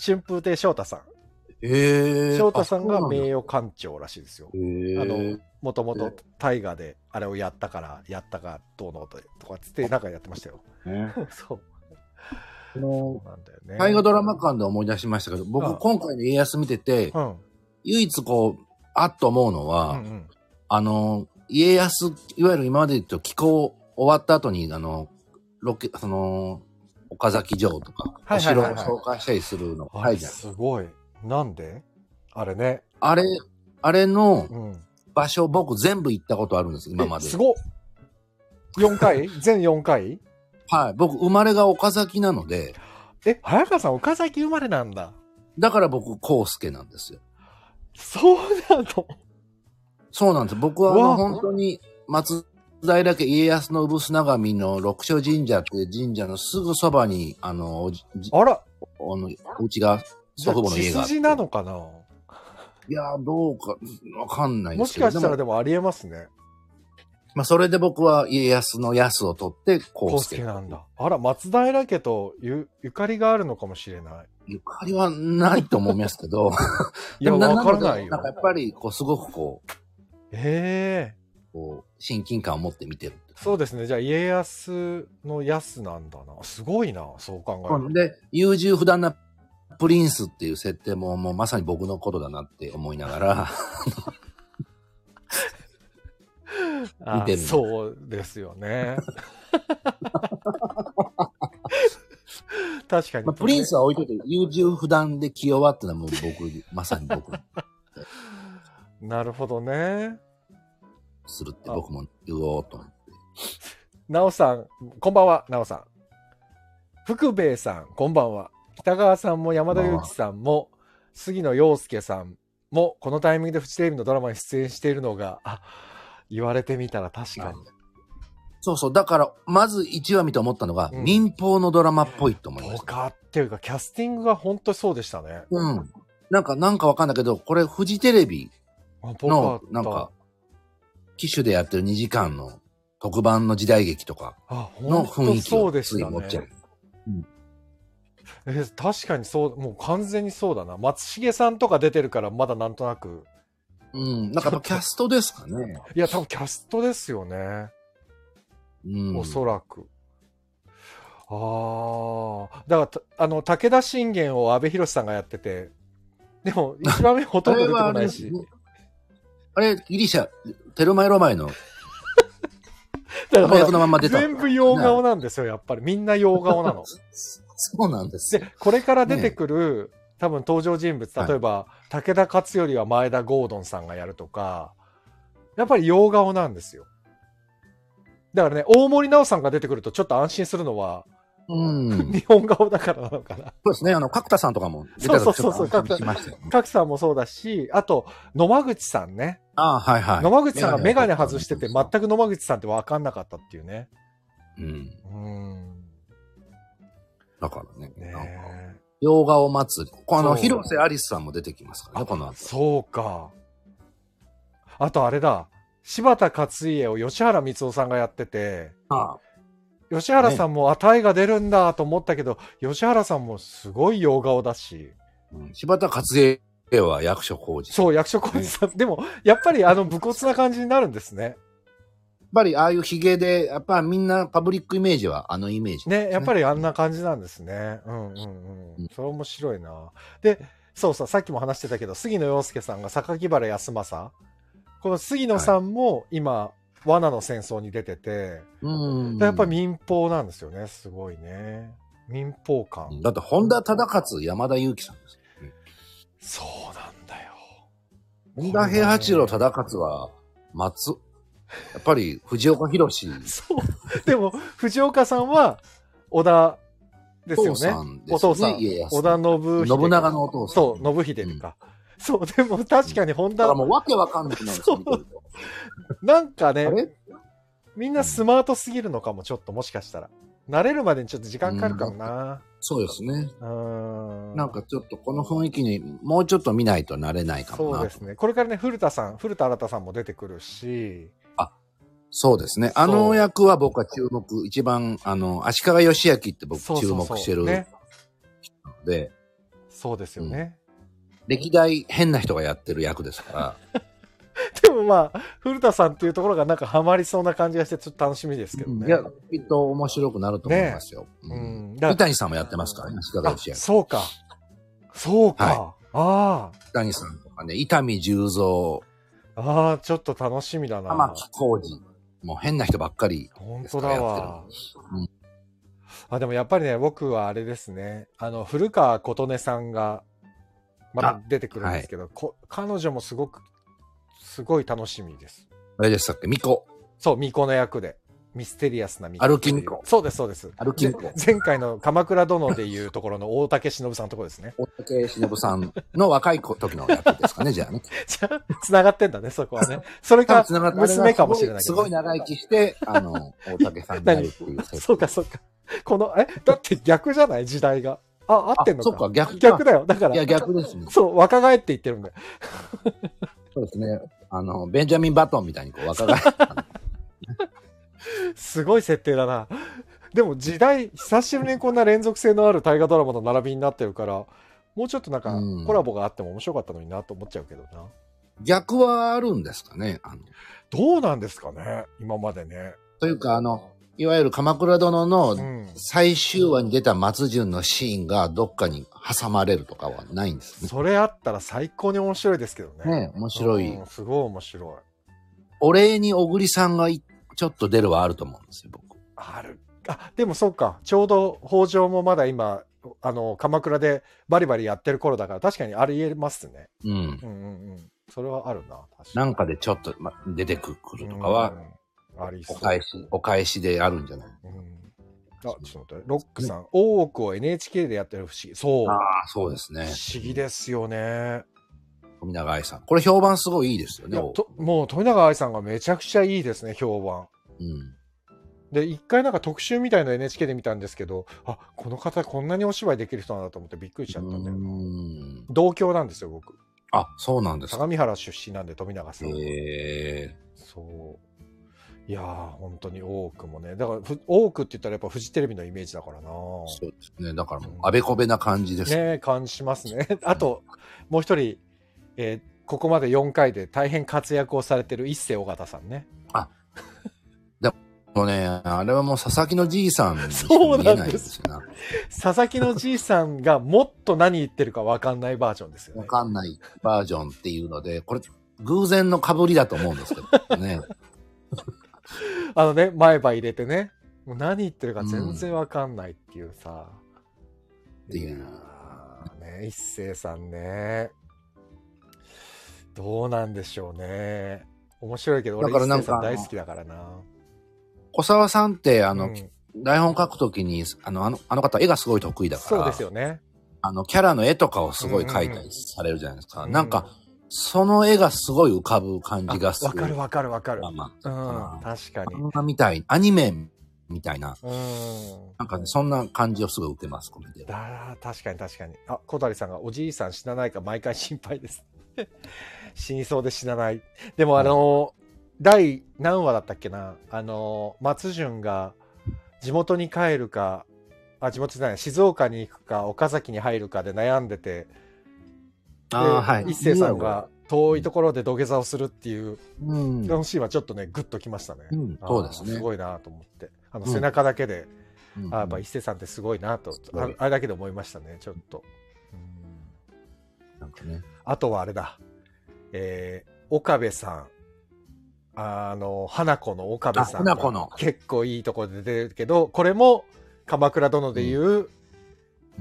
春風亭翔太さん
ええ
翔太さんが名誉館長らしいですよ
ええ
あのもとも
へ
と
ー
大河であれをやったからやったがどうのととかっつってなんかやってました
[LAUGHS]
よそう
この
なんだよね
大河ドラマ館で思い出しましたけど、
あ
僕
あ
今回の家康見てて、
うんうん
唯一こう、あっと思うのは、
うん
あの、家康、いわゆる今まで言うと気候終わった後に、あの、ロケ、その、岡崎城とか、
はい
お
はい
城
はい
を
はい
紹介したりするの、
あ
は
れ
いじゃん。
すごい。なんであれね。
あれ、あれの
うん。
場所、僕全部行ったことあるんです、今まで。
えすごっ !4 回 [LAUGHS] 全4回
はい。僕、生まれが岡崎なので、
え、早川さん岡崎生まれなんだ。
だから僕、康介なんですよ。
そうなの
そうなんです。僕はあの
わあ
本当に松平家家康の産砂神の六所神社っていう神社のすぐそばに、あの、おじじ
あら、
おのお家が、祖父母の
じ
家
ゃ
が
あ血
あって。
筋なのかな
いや、どうか、わかんないで
もし
すけど。
かしたら
でも
でもありえますね。
まあ、それで僕は家康の康を取って、こ
コ
う
ウスケなんだ。あら、松平家とゆゆかりがあるのかもしれない。
ゆかりはないと思いますけど。
いや、
でも
わからないよ
[LAUGHS] なん。かやっぱり、こう、すごくこう、
ええ
こう親近感を持って見てる。
そうですね。じゃあ、家康の安なんだな。すごいな、そう考えると。
で、優柔不断なプリンスっていう設定も、もうまさに僕のことだなって思いな
[LAUGHS]
がら、
あ
見てるの
そうですよ
[LAUGHS]
ね。確かに、
まあ、プリンスは置いといて、優柔不断で気弱ってのはもう僕、まさに僕に
なるほどね。
するって僕も言おうと思って。
なおさん、こんばんは、なおさん。福兵衛さん、こんばんは。北川さんも山田裕貴さんも、杉野陽介さんも、このタイミングでフジテレビのドラマに出演しているのが、あ、言われてみたら確かに。
そうそう。だから、まず1話見て思ったのが、
うん
民放のドラマっぽいと思いま
と
した。
かっていうか、キャスティングが本当にそうでしたね。
うん。なんか、なんかわかんないけど、これ、フジテレビ
あぽ
の、
った
なんか、機種でやってる2時間の特番の時代劇とか
あ、
の
本
雰
当
囲気
そ
を
うで
つ
し
い
た
持っちゃう
ね。。え確かにそう、もう完全にそうだな。松重さんとか出てるから、まだなんとなく。
うん。なんかやっぱキャストですかね。
いや、多分キャストですよね。
うん。
おそらく。ああ、だからた、あの、武田信玄を阿部寛さんがやってて、でも、一番目ほとんど出てこないし
[LAUGHS] あれはあれです、ねあれ、ギリシャ、テロマエロマエの
だか
役
ら
のまんま出た。
全部洋顔なんですよ、やっぱり。みんな洋顔なの。
[LAUGHS] そうなんですよ。
で、これから出てくる、多分登場人物、
はい
例えば、武田勝頼は前田ゴードンさんがやるとか、やっぱり洋顔なんですよ。だからね、大森直さんが出てくるとちょっと安心するのは、
う
[LAUGHS]
ん。
日本顔だからなのかな。
そうですね。あの、角田さんとかも出た
そう
と
そうそうそう
ちょっと安心しましたよね。
賀来さんもそうだし、あと、野間口さんね。
ああ、はいはい。
野間口さんがメガネ
メガネ
外
を
してて、
外し
全く野間口さんって分かんなかったっていうね。
うん。
うん。
だからね。
ね
なんか
え。
洋画を待つ。この、
そう
広瀬アリスさんも出てきますからね、この後。
そうか。あとあれだ。柴田勝家を吉原光夫さんがやってて、
ああ
吉原さんも、あ、タイが出るんだと思ったけど、吉原さんもすごい洋顔だし、
うん柴田勝家は役所広司。やっ
そう、役所広司さん、でも、やっぱりあの、武骨な感じになるんですね。
ぱり、ああいうヒゲで、やっぱみんなパブリックイメージはあのイメージ。
ね、やっぱりあんな感じなんですね。うんうんう
うんん。
それ面白いな。で、そうそう、さっきも話してたけど、杉野遥介さんが榊原康政。この杉野さんも今、罠の戦争に出てて、
うん。
やっぱり民放なんですよね。すごいね。民放感。
だって、本田忠勝、山田裕貴さんです。
そうなんだよ。
本田平八郎忠勝は、松、やっぱり藤岡弘
そう。でも、藤岡さんは、織田ですよ
お父さ
ね。
んですよね
お父さん。
家康
織田信秀。
信長のお父さん。
そう、信秀か。そう、でも確かに本
だ
田
からもうわけわかんなくなるんですよ見てると
なんかね
あ、れ
みんなスマートすぎるのかも、ちょっともしかしたら。慣れるまでにちょっと時間かかるかもな。
そうですね。
うーん。
なんかちょっとこの雰囲気にもうちょっと見ないとなれないかも
そう
な
で。すね。これからね、古田さん、古田新太さんも出てくるし、
そうですね。
そう
あの役は僕は注目、一番、あの、足利義明って僕
そうそう
注
そう
目してるので
ね、。そうですよね。
歴代変な人がやってる役ですから、
でもまあ、古田さんっていうところがなんかハマりそうな感じがして、ちょっと楽しみですけどね。
いや、きっと面白くなると思いますよ。
う
うん
ん。だ
三
か
谷さんもやってますからね、足利
ら、あ
義明。
そうか。そうか。
はい
あ
三谷さんとかね、伊丹十三、
あ。ああ、ちょっと楽しみだな。
玉木浩二、もう変な人ばっかり。
本当だわ
うん。
あでもやっぱりね、僕はあれですね、あの古川琴音さんがまた出てくるんですけど、こ彼女もすごく、すごい楽しみです。
あれでしたっけ、ミ [LAUGHS] コ。
そう、巫女の役で、ミステリアスな巫女。
歩き巫女
そうです、そうです。
歩き巫女
ぜ前回の鎌倉殿でいうところの大竹しのぶさんのところですね。 [LAUGHS]
大竹しのぶさんの若い子時の役ですかね、じゃあね。
じゃあ、つながってんだね、そこはね。それか
[LAUGHS] 多分繋がっ、て
娘かもしれないけ
す
どね
ごいすごい長生きして、あの、大竹さんになるっていう設定
そうか、そうか。この、え、だって逆じゃない時代が。あ、合ってんのか。
あそっか [LAUGHS] 逆か
逆だよ。だから、
いや、逆ですね。
そう、若返って言ってるんだよ。
そうですね。あの、ベンジャミン・バトンみたいにこう若返った。
すごい設定だな。でも時代、久しぶりにこんな連続性のある大河ドラマの並びになってるから、もうちょっとなんか
うん
コラボがあっても面白かったのになと思っちゃうけどな。
[LAUGHS] 逆はあるんですかね。あの
どうなんですかね今までね。
というか、あの、いわゆる鎌倉殿
う
の
ん。
最終話に出た松潤のシーンがどっかに挟まれるとかはないんですね。
それあったら最高に面白いですけどね。
ね面白い
うん。すごい面白い。
お礼に小栗さんがいちょっと出るはあると思うんですよ、僕。
ある。あ、でもそうか。ちょうど北条もまだ今、あの、鎌倉でバリバリやってる頃だから、確かにありえますね。
うん。
うんうんうん。それはあるな。確か
な
に
んかでちょっと、ま、出てくるとかは、、
うんありそ
お
う。
返し、お返しであるんじゃない
うんあ、ちょっと待って、ロックさん、大奥を NHK でやってる不思議。そう。
ああ、そうですね。
不思議ですよね。
富永愛さん。これ評判すごいいいですよ
い
ね。
やともう富永愛さんがめちゃくちゃいいですね、評判。
うん。
で、一回なんか特集みたいの NHK で見たんですけど、あ、この方こんなにお芝居できる人なんだと思ってびっくりしちゃったんだよな。
うん
同郷なんですよ、僕。
あ、そうなんですか。
相模原出身なんで、富永さん。
へえ
そう。いやー、本当に大奥もね。だから、ふ大奥って言ったらやっぱフジテレビのイメージだからな。
そうですね。だからもう、あべこべな感じです。
ねえ感じしますね。 [LAUGHS] あと、もう一人、えーここまで4回で大変活躍をされてる一世尾形さんね。
もうね、あれはもう佐々木のじいさんにしか
そう
見
な
え
んです
ないですよな。
佐々木のじいさんがもっと何言ってるか分かんないバージョンですよ
わ
ね。
かんないバージョンっていうので、これ、偶然の被りだと思うんですけど
[LAUGHS]
ね。
あのね、前歯入れてね、もう何言ってるか全然分かんないっていうさ。
っていう
やーね、一世さんね。どうなんでしょうね。面白いけど、俺
だから
一
なん
世
か
さん大好きだからな。
小沢さんって、あ
あ
の、台本書くときに、あの、あのあの方絵がすごい得意だから、
そうですよね。
あの、キャラの絵とかをすごい描いたりされるじゃないですか。
うん
なんか、その絵がすごい浮かぶ感じがす
あ
る。
わかるわかるわかる
ド。ラマ
う
か
ん、確か
な
に。
漫画みたい、アニメみたいな、
うん。
なんかね、そんな感じをすごい受けます、これで。
だ確かに確かに。あ、小谷さんがおじいさん死なないか毎回心配です。 [LAUGHS] 死にそうで死なない。でもあの、第何話だったっけなあの、松潤が地元に帰るか、あ、地元じゃない、静岡に行くか、岡崎に入るかで悩んでて、で
ああ、はい。
一世さんが遠いところで土下座をするっていう、
うん。
あのシーンはちょっとね、グッときましたね。
うんそうですね
あーすごいなと思って。あの、
うん
背中だけで、
うん
あやっぱ伊勢さんってすごいなと、
ごい
ああれだけで思いましたねちょっと、うん
なんかね。
あとはあれだえー岡部さんあの花子の岡部さん
あ花子の
結構いいところで出てるけどこれも鎌倉殿でいう、
うん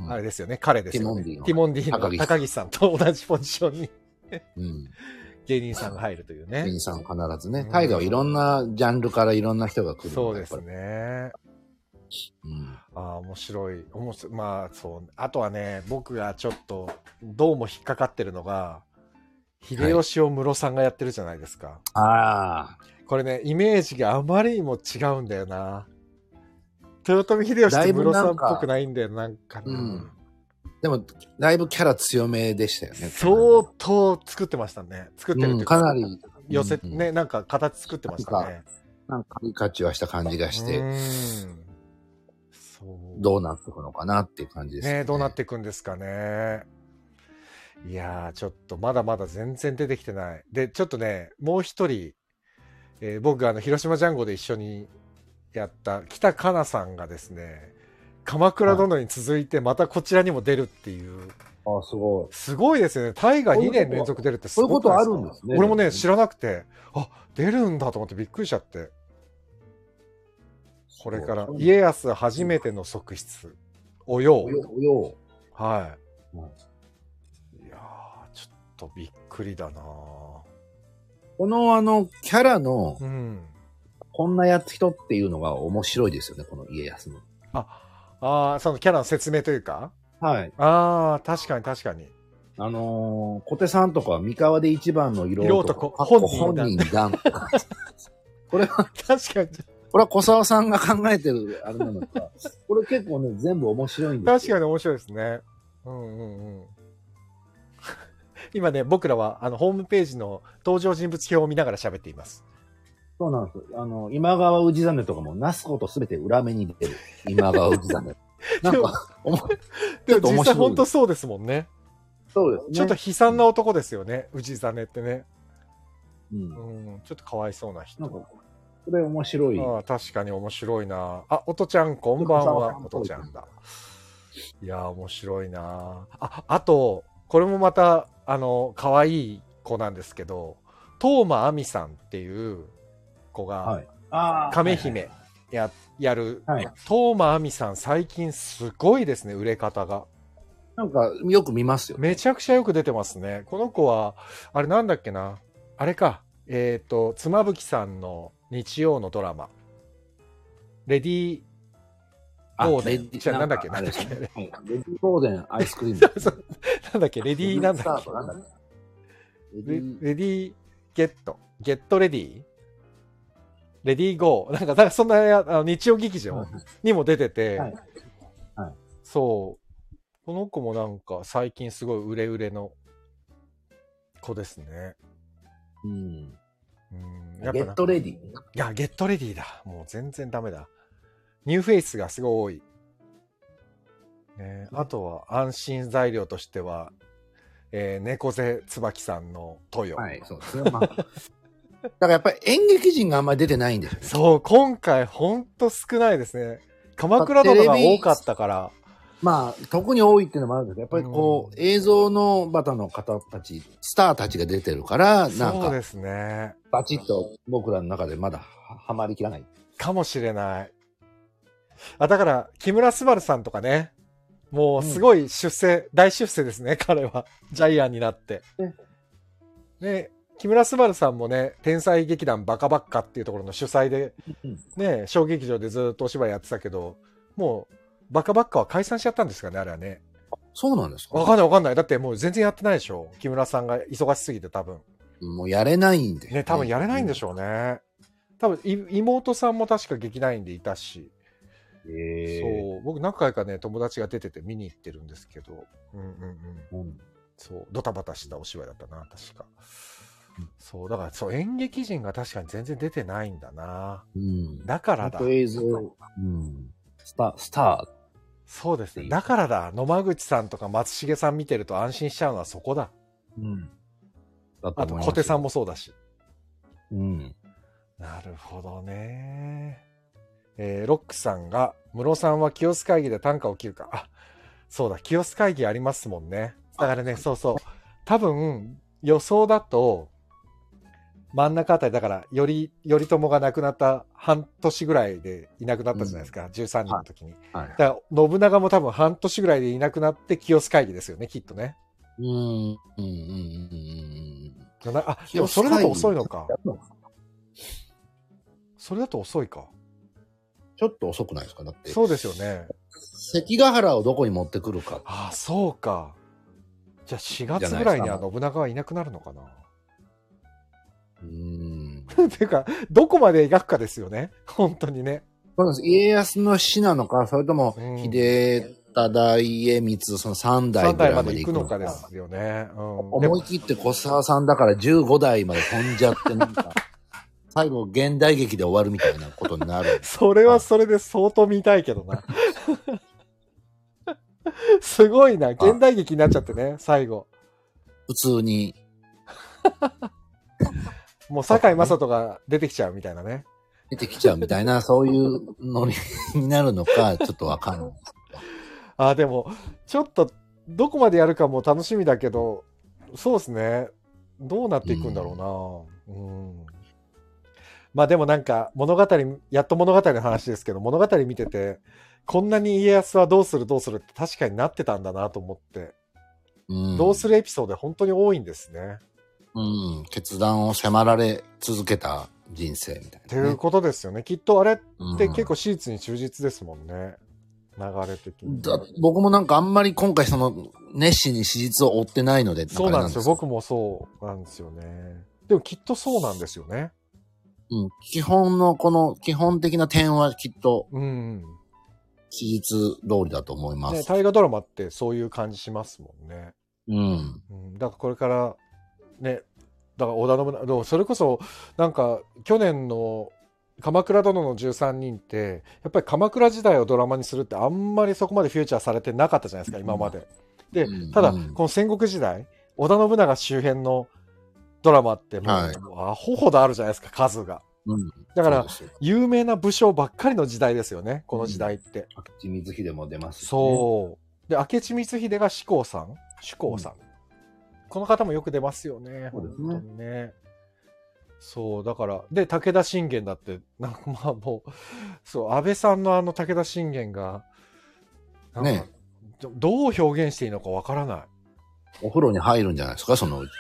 あれですよね彼ですよね
ティモンディの
ティモンディの
高
高
岸
岸
さん
さんと同じポジションに
うん。
芸人さんが入るという
芸
ね
人さん必ず
う
ね
ん。
大河はいろんなジャンルからいろんな人が来るの
そうです
やっぱ
ね
りうん。
ああ面白いおもしまあそうあとはね僕がちょっとどうも引っかかってるのが秀吉を室さんがやってるじゃないですか、
あ
これねイメージがあまりにも違うんだよな豊臣秀吉っ
だ
て
いぶな
室
んか
さんっぽくないんだよなんかな
うんあ。でも、だいぶキャラ強めでしたよね。
相当作ってましたね作ってるって
う
い
ん
うか、
かなり、
寄せ、
うんうん
ねなんか形作ってましたね
なんか、カリカチュアした感じがして、
うんそう
どうなっていくのかなっていう感じです
ねどうなっていくんですかね。いやー、ちょっとまだまだ全然出てきてない。で、ちょっとね、もう一人、えー僕、あの、広島ジャンゴで一緒にやった北かなさんがですね、鎌倉殿に続いてまたこちらにも出るっていう、
あ、すごい。
すごいですよね。タイが2年連続出るってすごくない
そういうことあるんですね
俺もね、知らなくて、あ、出るんだと思ってびっくりしちゃって。これから、家康初めての側室、およ
お
う。
よ、およ。
はい。
うん
いやー、ちょっとびっくりだなぁ
このあの、キャラの
う、ん。
こんなやつ人っていうのが面白いですよね、この家康の。
あー、そのキャラの説明というか
はい。
あー、確かに確かに。
あのー、小手さんとかは三河で一番の色男。
色男
本人だ。これは
確かに。
これは小沢さんが考えてるあれなの
[LAUGHS]
か、これ結構ね、全部面白いんです
確
よ。
かに面白いですね。うんうんうん。今ね、僕らはあのホームページの登場人物表を見ながら喋っています。
そうなんですよ。あの、今川氏真とかも、なすことすべて裏目に出てる。今川
[LAUGHS]
氏真。なんか、おも
で
っと
も
面白い
実際本当そうですもんね。
そうですね。
ちょっと、悲惨な男ですよね、氏真ってね。
うん。
う
なん
ん、ちょっとかわいそうな人。
か、これ面白い。
ああ確かに面白いな。あ、おとちゃん、こんばんは。お
お
と
と
ち
ち
ゃ
ゃ
ん
ん
だ。いやー、面白いな。あ、あと、これもまた、あの、可愛い子なんですけど、トーマアミさんっていう子
は
が、
い。あー
亀姫や、やる、
はい
トーマアミさん、最近すごいですね、売れ方が。
なんか、よく見ますよ。
めちゃくちゃよく出てますね。この子は、あれなんだっけな。あれか。えっ、と、妻夫木さんの日曜のドラマ。レディー、
あ
ゴーデン
レディ
じゃあなんだっけ
あれです
なんだ
ねはいレディーゴーデンアイ
[LAUGHS]
スクリーム。
そうなんだっけ、レディーなんだっ
レディースタートなんだっけ
け。
レ
レ
ディー
レディーゲット。ゲットレディーレディーゴー。なんか、なんかそんなやあの日曜劇場にも出てて、
はいはい
そう。この子もなんか最近すごい売れ売れの子ですね。
うん
うん
ゲ
なん
ッ
か
トレディー。
いや、ゲットレディーだ。もう全然ダメだ。ニューフェイスがすごい多い。ね、あとは安心材料としては、えー猫背椿さんのトヨ。
はい、そうですね。
[LAUGHS]
まあ、だからやっぱり演劇人があんまり出てないんですよね。
そう、今回ほんと少ないですね。鎌倉殿が
テレビ
多かったから。
まあ、特に多いっていうのもあるんですけど、やっぱりこう、映像のバタの方たち、スターたちが出てるから、なん
そう
か、
ですね。
バチッと僕らの中でまだははまりきらない。
かもしれない。あ、だから、木村昴さんとかね。もうすごい出世、大出世ですね、彼は。ジャイアンになって
ね。
ね、木村昴さんもね、天才劇団バカバッカっていうところの主催で、ね、小劇場でずっとお芝居やってたけど、もう、バカバッカは解散しちゃったんですかね、あれはね。
そうなんです
わ
か
かんないわかんない。だってもう全然やってないでしょ。木村さんが忙しすぎて多分。
もうやれないんで、
ね、多分やれないんで
ょ
しょうね。多分い妹さんも確か劇団員でいたし。
う。へー
そう僕何回かね友達が出てて見に行ってるんですけど、うんうんうん、
うん
そうドタバタしたお芝居だったな確か、そうだからそう演劇人が確かに全然出てないんだな
うん。
だから
あ
だ
と映像、うん。スター、スタ
そうです
って
ね
いう
だからだ野間口さんとか松重さん見てると安心しちゃうのはそこだ
ー。うん。だと
あ
思
と
います
小手さんもそうだし
うん。
なるほどね。えーロックさんが、室さんは清須会議で短歌を切るか。あ、そうだ、清須会議ありますもんね。だからね、そうそう。多分、予想だと、真ん中あたり、だから、より、頼朝が亡くなった半年ぐらいでいなくなったじゃないですか、13人の時に。
はい
だ。から、信長も多分半年ぐらいでいなくなって、清須会議ですよね、きっとね。
うん。うん。うん。うんうん。
なあ、でもそれだと遅いのか
や。るのか
それだと遅いか。
ちょっと遅くないですかだって。
そうですよね。
関ヶ原をどこに持ってくるか。
ああそうかじゃあ4
じゃ
月
ない
ぐらいに
です
は
か
信長はいなくなるのかな [LAUGHS]
うーん。
っていうかどこまで描くかですよね [LAUGHS] 本当にね
そうなんです。家康の死なのか、それとも
うん、
秀忠家光、その三代
3
ぐら
代
い
ま
まで
で行
行
く
く
の
のか。
かですよね、うん、で
思
も
い切って小沢さんだから15代まで飛んじゃって、な
[LAUGHS]
んか、最後現代劇で終わるみたいなことになる。
それはそれで相当見たいけどな [LAUGHS] すごいな現代劇になっちゃってね最後
普通に。
もう堺雅人が出てきちゃうみたいなね
出てきちゃうみたいな、そういうノリになるのか、ちょっとわかんない。
あーでもちょっとどこまでやるかも楽しみだけどそうですねどうなっていくんだろうなうん、まあでもなんか物語やっと物語の話ですけど物語見ててこんなに家康はどうするどうするって確かになってたんだなと思って、
うん、
どうするエピソード本当に多いんですね。
うん、決断を迫られ続けた人生みたい
って
な、
いう
ね。
ことですよねきっとあれっ
うん
て結構史実に忠実ですもんね流れ的に。
だ僕もなんかあんまり今回その熱心に史実を追ってないので、
そうなんですよ。
かあれ
僕もそうなんですよね。でもきっとそうなんですよね。
うん、基本のこの基本的な点はきっと
うん。
史実通りだと思いま
ね、
す。
大河ドラマってそういう感じしますもんね。
うん。
うん、だからこれから、ね、だから織田信長でも、それこそ、なんか、去年の鎌倉殿の13人って、やっぱり鎌倉時代をドラマにするって、あんまりそこまでフューチャーされてなかったじゃないですか、今まで。で
うん、
ただ、
うん
この戦国時代、織田信長周辺のドラマって、もう、
はい
アホほどあるじゃないですか、数が。
うん。
だから、
そうですよ
有名な武将ばっかりの時代ですよね、この時代って。
パクチー水秀も出ますしね
そう。で、明智光秀が志功さん志功さん,、この方もよく出ますよね。
そうですね
本当にね。そう、だから、で、武田信玄だって、なんかまあもう、そう、安倍さんのあの武田信玄が、なんか
ね
どどう表現していいのかわからない。
お風呂に入るんじゃないですか、そのうち。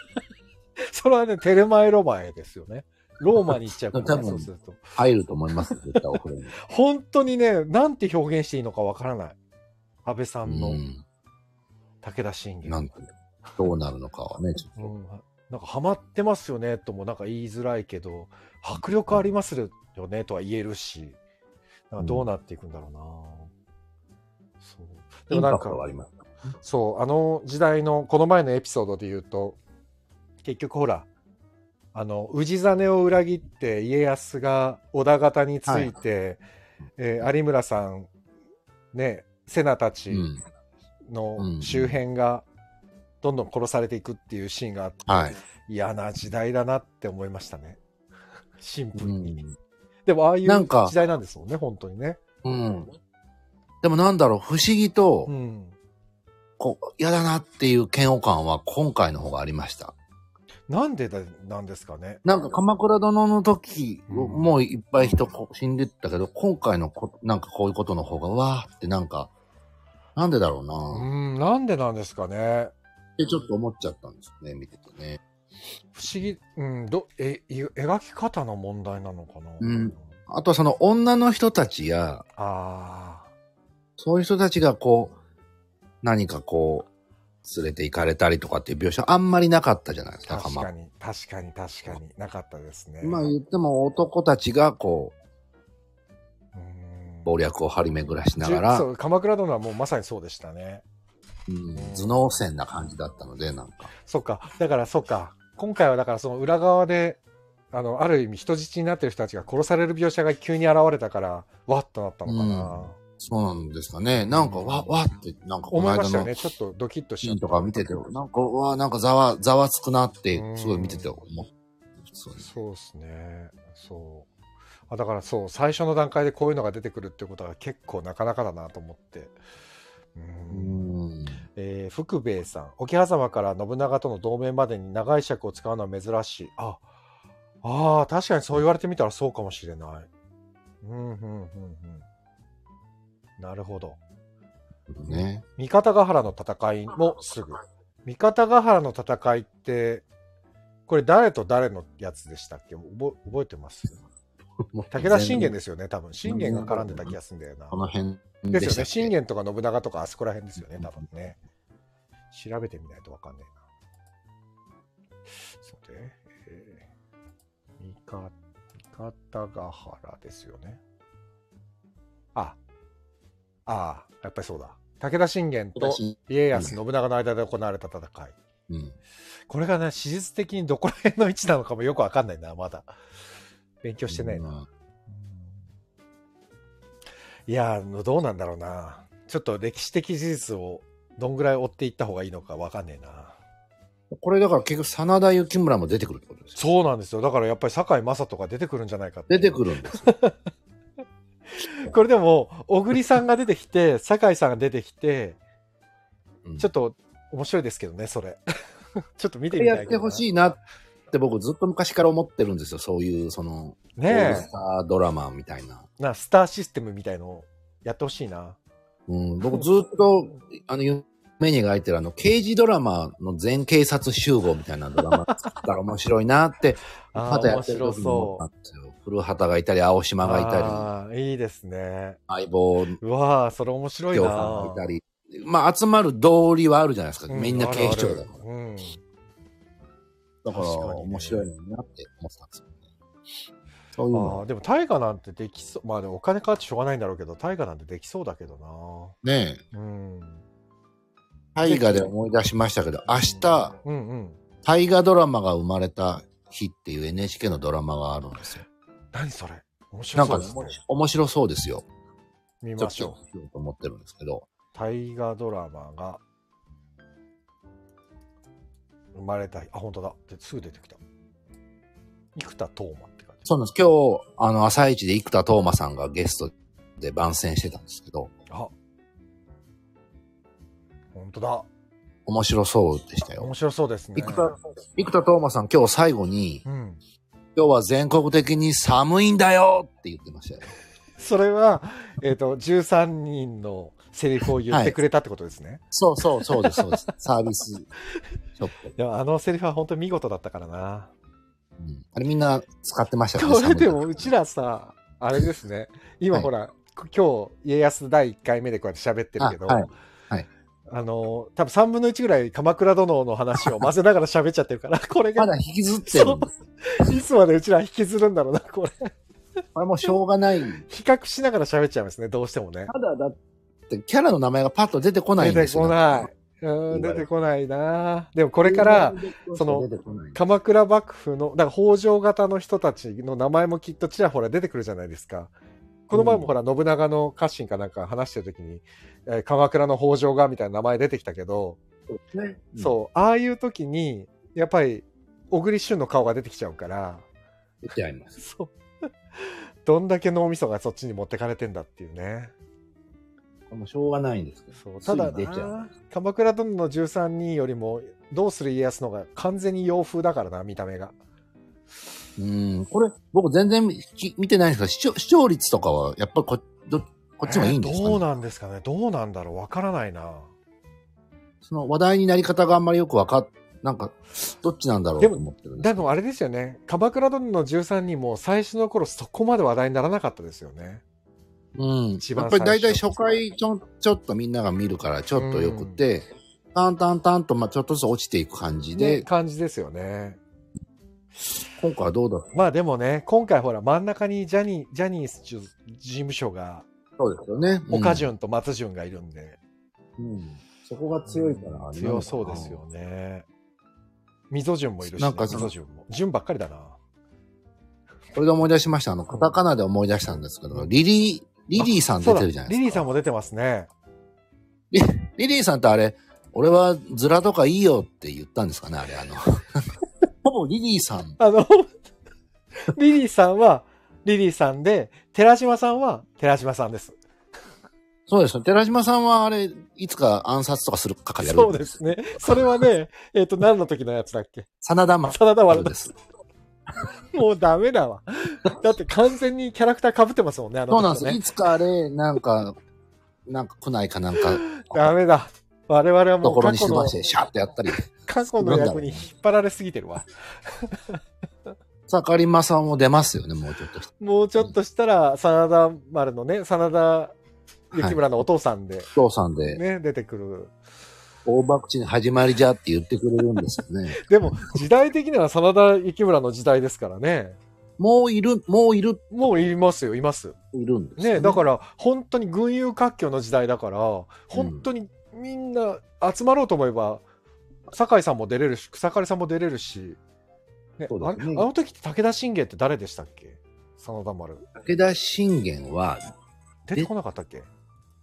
[LAUGHS] それはね、テレマエロマエですよね。ローマに行っちゃう [LAUGHS] から、
多
ね、
分
そうすると。
入ると思い
[LAUGHS]
ます、絶対お風呂に。
本当にね、なんて表現していいのかわからない。安倍さんの
うん。
武田信玄。
なんて、どうなるのかはね、ちょっ
う
と。
ん、なんかハマってますよねともなんか言いづらいけど迫力ありますよねとは言えるしなんかどうなっていくんだろうな、そうでも
イン
な
パ
ん
クトがあ
か
ります。
そうあの時代のこの前のエピソードで言うと結局ほらあの氏真を裏切って家康が織田方について、えー有村さんね瀬名たち、
うん。
の周辺がどんどん殺されていくっていうシーンがあって、
はい。
嫌な時代だなって思いましたね。シンプ
う
ルに。
ん。
でもああいう
なんか
時代なんですもんね、本当にね。
うん。でもなんだろう、不思議と
う、ん。
こう、嫌だなっていう嫌悪感は今回の方がありました。
なんでだなんですかね。
なんか鎌倉殿の時、
うん
もういっぱい人こ死んでったけど、今回のこ、なんかこういうことの方が、わーってなんか、なんでだろうな
う
ーっ
ん、なんでなんですかね。
てちょっと思っちゃったんですね、見ててね。
不思議、うん、どえい描き方の問題なのかな。
うんあとはその女の人たちや、
ああ。
そういう人たちがこう、何かこう、連れて行かれたりとかっていう描写あんまりなかったじゃないですか、
確か
鎌
に、確かに、確かになかったですね。
まあ
うん
言っても男たちがこう、謀略を張り巡らしながら、
そうう鎌倉殿はもうまさにそうでしたね。
ん、頭脳戦な感じだったので、なんか。
そっか、だからそっか、今回はだからその裏側で、あの、ある意味人質になってる人たちが殺される描写が急に現れたから、わっとなったのかな。
うんそうなんですかね。なんか、わ、わって、なんかこの
思いま
間
したよ
の
ね。ちょっとドキッとし
シ
ち
ー
ゃっ
ン
た。
とか見てて、なんか、わ、なんかざわ、ざわつくなって、すごい見てて思う。そうです。
そうですね。そう。あだからそう、最初の段階でこういうのが出てくるってことは結構なかなかだなと思って。う
うんん。
えー福兵衛さん桶狭間から信長との同盟までに長い尺を使うのは珍しいああー確かにそう言われてみたらそうかもしれないうんうんうんうんなるほど
ね。
三方ヶ原の戦いもすぐ三方ヶ原の戦いってこれ誰と誰のやつでしたっけ覚覚えてます武田信玄ですよね多分信玄が絡んでた気がするんだよな
この辺で
ですよ
した
ね。
っけ
信玄とか信長とかあそこら辺ですよね、多分ね。調べてみないとわかんないな。さて、えー、三方三方ヶ原ですよね。あ、ああ、やっぱりそうだ。武田信玄と家康信長の間で行われた戦い。
うん。
これがね、史実的にどこら辺の位置なのかもよくわかんないな、まだ。勉強してないな。いやーどうなんだろうなちょっと歴史的事実をどんぐらい追っていった方がいいのかわかんねえな
これだから結局、真田幸村も出てくるってことですよ。
そうなんですよだからやっぱり堺雅人が出てくるんじゃないかって
出てくるんですよ。
これでも小栗さんが出てきて堺さんが出てきて
うん
ちょっと面白いですけどねそれ [LAUGHS] ちょっと見
こ
てみ
れ
たい
やってほ
い
しいなって僕ずっと昔から思ってるんですよ。そういう、その、オール
ね
スタードラマみたいな。
えなスターシステムみたいのをやってほしいな
うん、僕ずっと、あの、夢に描いてるあの、刑事ドラマの全警察集合みたいなドラマ作ったら面白いなって、
[LAUGHS] あ
畑
ー
や
面
ってる
白
時に
そ
思
う
った
ん
ですよ。古畑がいたり、青島がいたり、
あーいいですね
相棒、
うわあそれ面白い
京
な
さんがいたり。まあ、集まる道理はあるじゃないですか。
う
みんな警視庁
あ
だ
る
か
あ
ら。
るうん
だから、
確かにね
面白いのになって思ってたんですよね。そういう
あ
の。
ーでも大河なんてできそうまあでもお金かかってしょうがないんだろうけど大河なんてできそうだけど
ねえ。
なうん
大河で思い出しましたけど、明日、
うんうん
大河ドラマが生まれた日っていう NHK のドラマがあるんですよ。
何それ面
な
白
ん
そ
か
う
ね
ですね
面白そうですよ。
見
ちょ
ま
っと
しょ
しようと思ってるんですけど。
う大河ドラマが生まれた日あ本当だですぐ出てきた生田斗真って感じ
そうなんです。今日、あの、朝一で生田斗真さんがゲストで番宣してたんですけど、
あ本当だ
面白そうでしたよ。
面白そうですね
生田、生田斗真さん今日最後に、
うん
今日は全国的に寒いんだよって言ってましたよ。
[LAUGHS] それは、えっと13人のセリフを言ってくれたってことですね、
そうそう、そうです、そうです。 [LAUGHS] サービスショップ。
いやあのセリフは本当に見事だったからな。
うん、あれみんな使ってましたよね。
これで
寒
も
いう
ちらさ、あれですね、今
はい
ほら、今日家康第1回目でこうやって喋ってるけど、
あはいはい
あの多分3分の1ぐらい鎌倉殿の話を混ぜながら喋っちゃってるから、これ
[LAUGHS] ま
が
だ引きずってるんです。
いつまでうちら引きずるんだろうな、これ。
これもうしょうがない。
比較しながら喋っちゃいますね、どうしてもね。
ただだって、キャラの名前がパッと出てこない
出
んで
て
すよ。
こない。うん、出てこないな。でもこれから、、その
出てこない、
鎌倉幕府の、だから北条型の人たちの名前もきっとちらほら出てくるじゃないですか。この前もほら、信長の家臣かなんか話してる時に、えー鎌倉の北条がみたいな名前出てきたけど、
ね、
そう、ああいう時に、やっぱり、小栗旬の顔が出てきちゃうから、
うん。出てあります。
そう。どんだけ脳みそがそっちに持ってかれてんだっていうね。
これもうしょうがないんですけど。
そうただ
つい出ちゃう
な、鎌倉殿の13人よりも、どうする家康の方が完全に洋風だからな、見た目が。
うん。これ、僕全然き見てないんですけど視聴、視聴率とかは、やっぱりこどこっちもいいんですか、ね
えーどうなんですかねどうなんだろうわからないな。
その話題になり方があんまりよくわかっ、なんか、どっちなんだろう
で
と
も
思ってるんで
で
す
もあれですよね。鎌倉殿の13人も最初の頃そこまで話題にならなかったですよね。
うん。
一番
やっぱり大体
最
初
初の
回ちょ、ちょっとみんなが見るから、ちょっとよくて、タンタンタンと、まあちょっとずつ落ちていく感じ
で、
で、
感じですよね。
今回はどうだった
まあでもね、今回ほら真ん中にジャニー、ジャニーズ事務所が、
そうですよね。
岡潤と松潤がいるんで。
うん。うん。そこが強いから、
強そうですよね。溝潤もいるし、ね、
なんかその
溝潤も。潤ばっかりだな。
これで思い出しました。あの、カタカナで思い出したんですけど、リリー、リリーさん出てるじゃないですか。
リリーさんも出てますね。
リリーさんってあれ、俺はズラとかいいよって言ったんですかね、あれ、
[LAUGHS]
あの。ほぼリリーさん。
あの、リリーさんは、リリーさんで、寺島さんは、寺島さんです。
そうですよ。寺島さんはあれ、いつか暗殺とかするかかやる。
そうで。すね。それは
[LAUGHS]
ね、えっ、と、何の時のやつだっけ
真田丸
真田丸だ
で。す。
もうダメだわ。だって完全にキャラクター被ってますもんね、あの
そう
時
な
の
ん
ね、
です。いつかあれ、なんか、なんか来ないかなん
[LAUGHS]
か、
ダメだ。我々は
と
もう
ころ
過
に
去
忍
の
ばし、て、シャーってやったり。
過去の役に引っ張られすぎてるわ。
盛りまさんも出ますよね、もうちょっと。
もうちょっとしたら、真田丸のね、真田幸村のお父さんで、
お父さんで、
ね、出てくる。
大爆地に始まりじゃって言ってくれるんですよね。
でも、時代的には真田幸村の時代ですからね。
もういる、もういる、
もういますよ、います。
いるんですよ
ね、だから本当に群雄割拠の時代だから本当にみんな集まろうと思えば、酒井さんも出れるし草刈さんも出れるし、ね
そうだ
あ
ね
れあの時って武田信玄って誰でしたっけ真田丸
武田信玄は、
出てこなかったっけ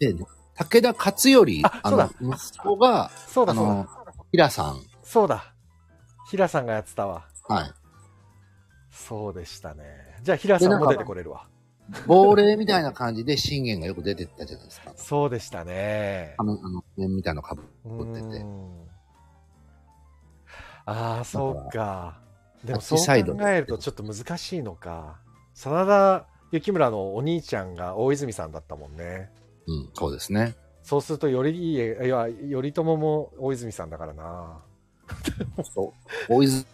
で、武田勝頼、
あそうだ
の、息子が、
そう
あ
だそう
の
だ、
平さん。
そうだ平さんがやってたわ
はい。
そうでしたねじゃあ平さんも出てこれるわ
亡霊みたいな感じで信玄がよく出てったじゃないですか。
そうでしたね
あの、あの、面みたいなのかぶ持ってて
うんああそうかで
ら
もそう
タッチサイドで
考えるとちょっと難しいのか真田幸村のお兄ちゃんが大泉さんだったもんね
うん、そうですね。
そうするとよりいいえいや頼朝も大泉さんだからな
そう。大泉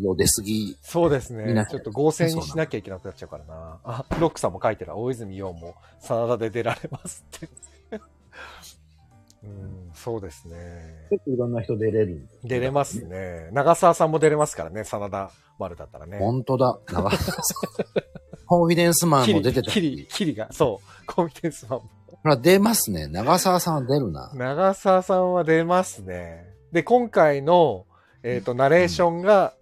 の出過ぎ。
そうです
い
ね
ない
ちょっと合成にしなきゃいけなくなっちゃうからなあロックさんも書いてる大泉洋も真田で出られますってうんそうですね
結構いろんな人出れる。
出れますね。長澤さんも出れますからね、真田丸だったらね。
本当だ。長澤さん。コンフィデンスマンも出てた
キリ、キリ
し。
キリが、そう、コンフィデンスマンも。
ほら、出ますね。長澤さんは出るな。
長澤さんは出ますね。で、今回の、えっ、と、ナレーションが、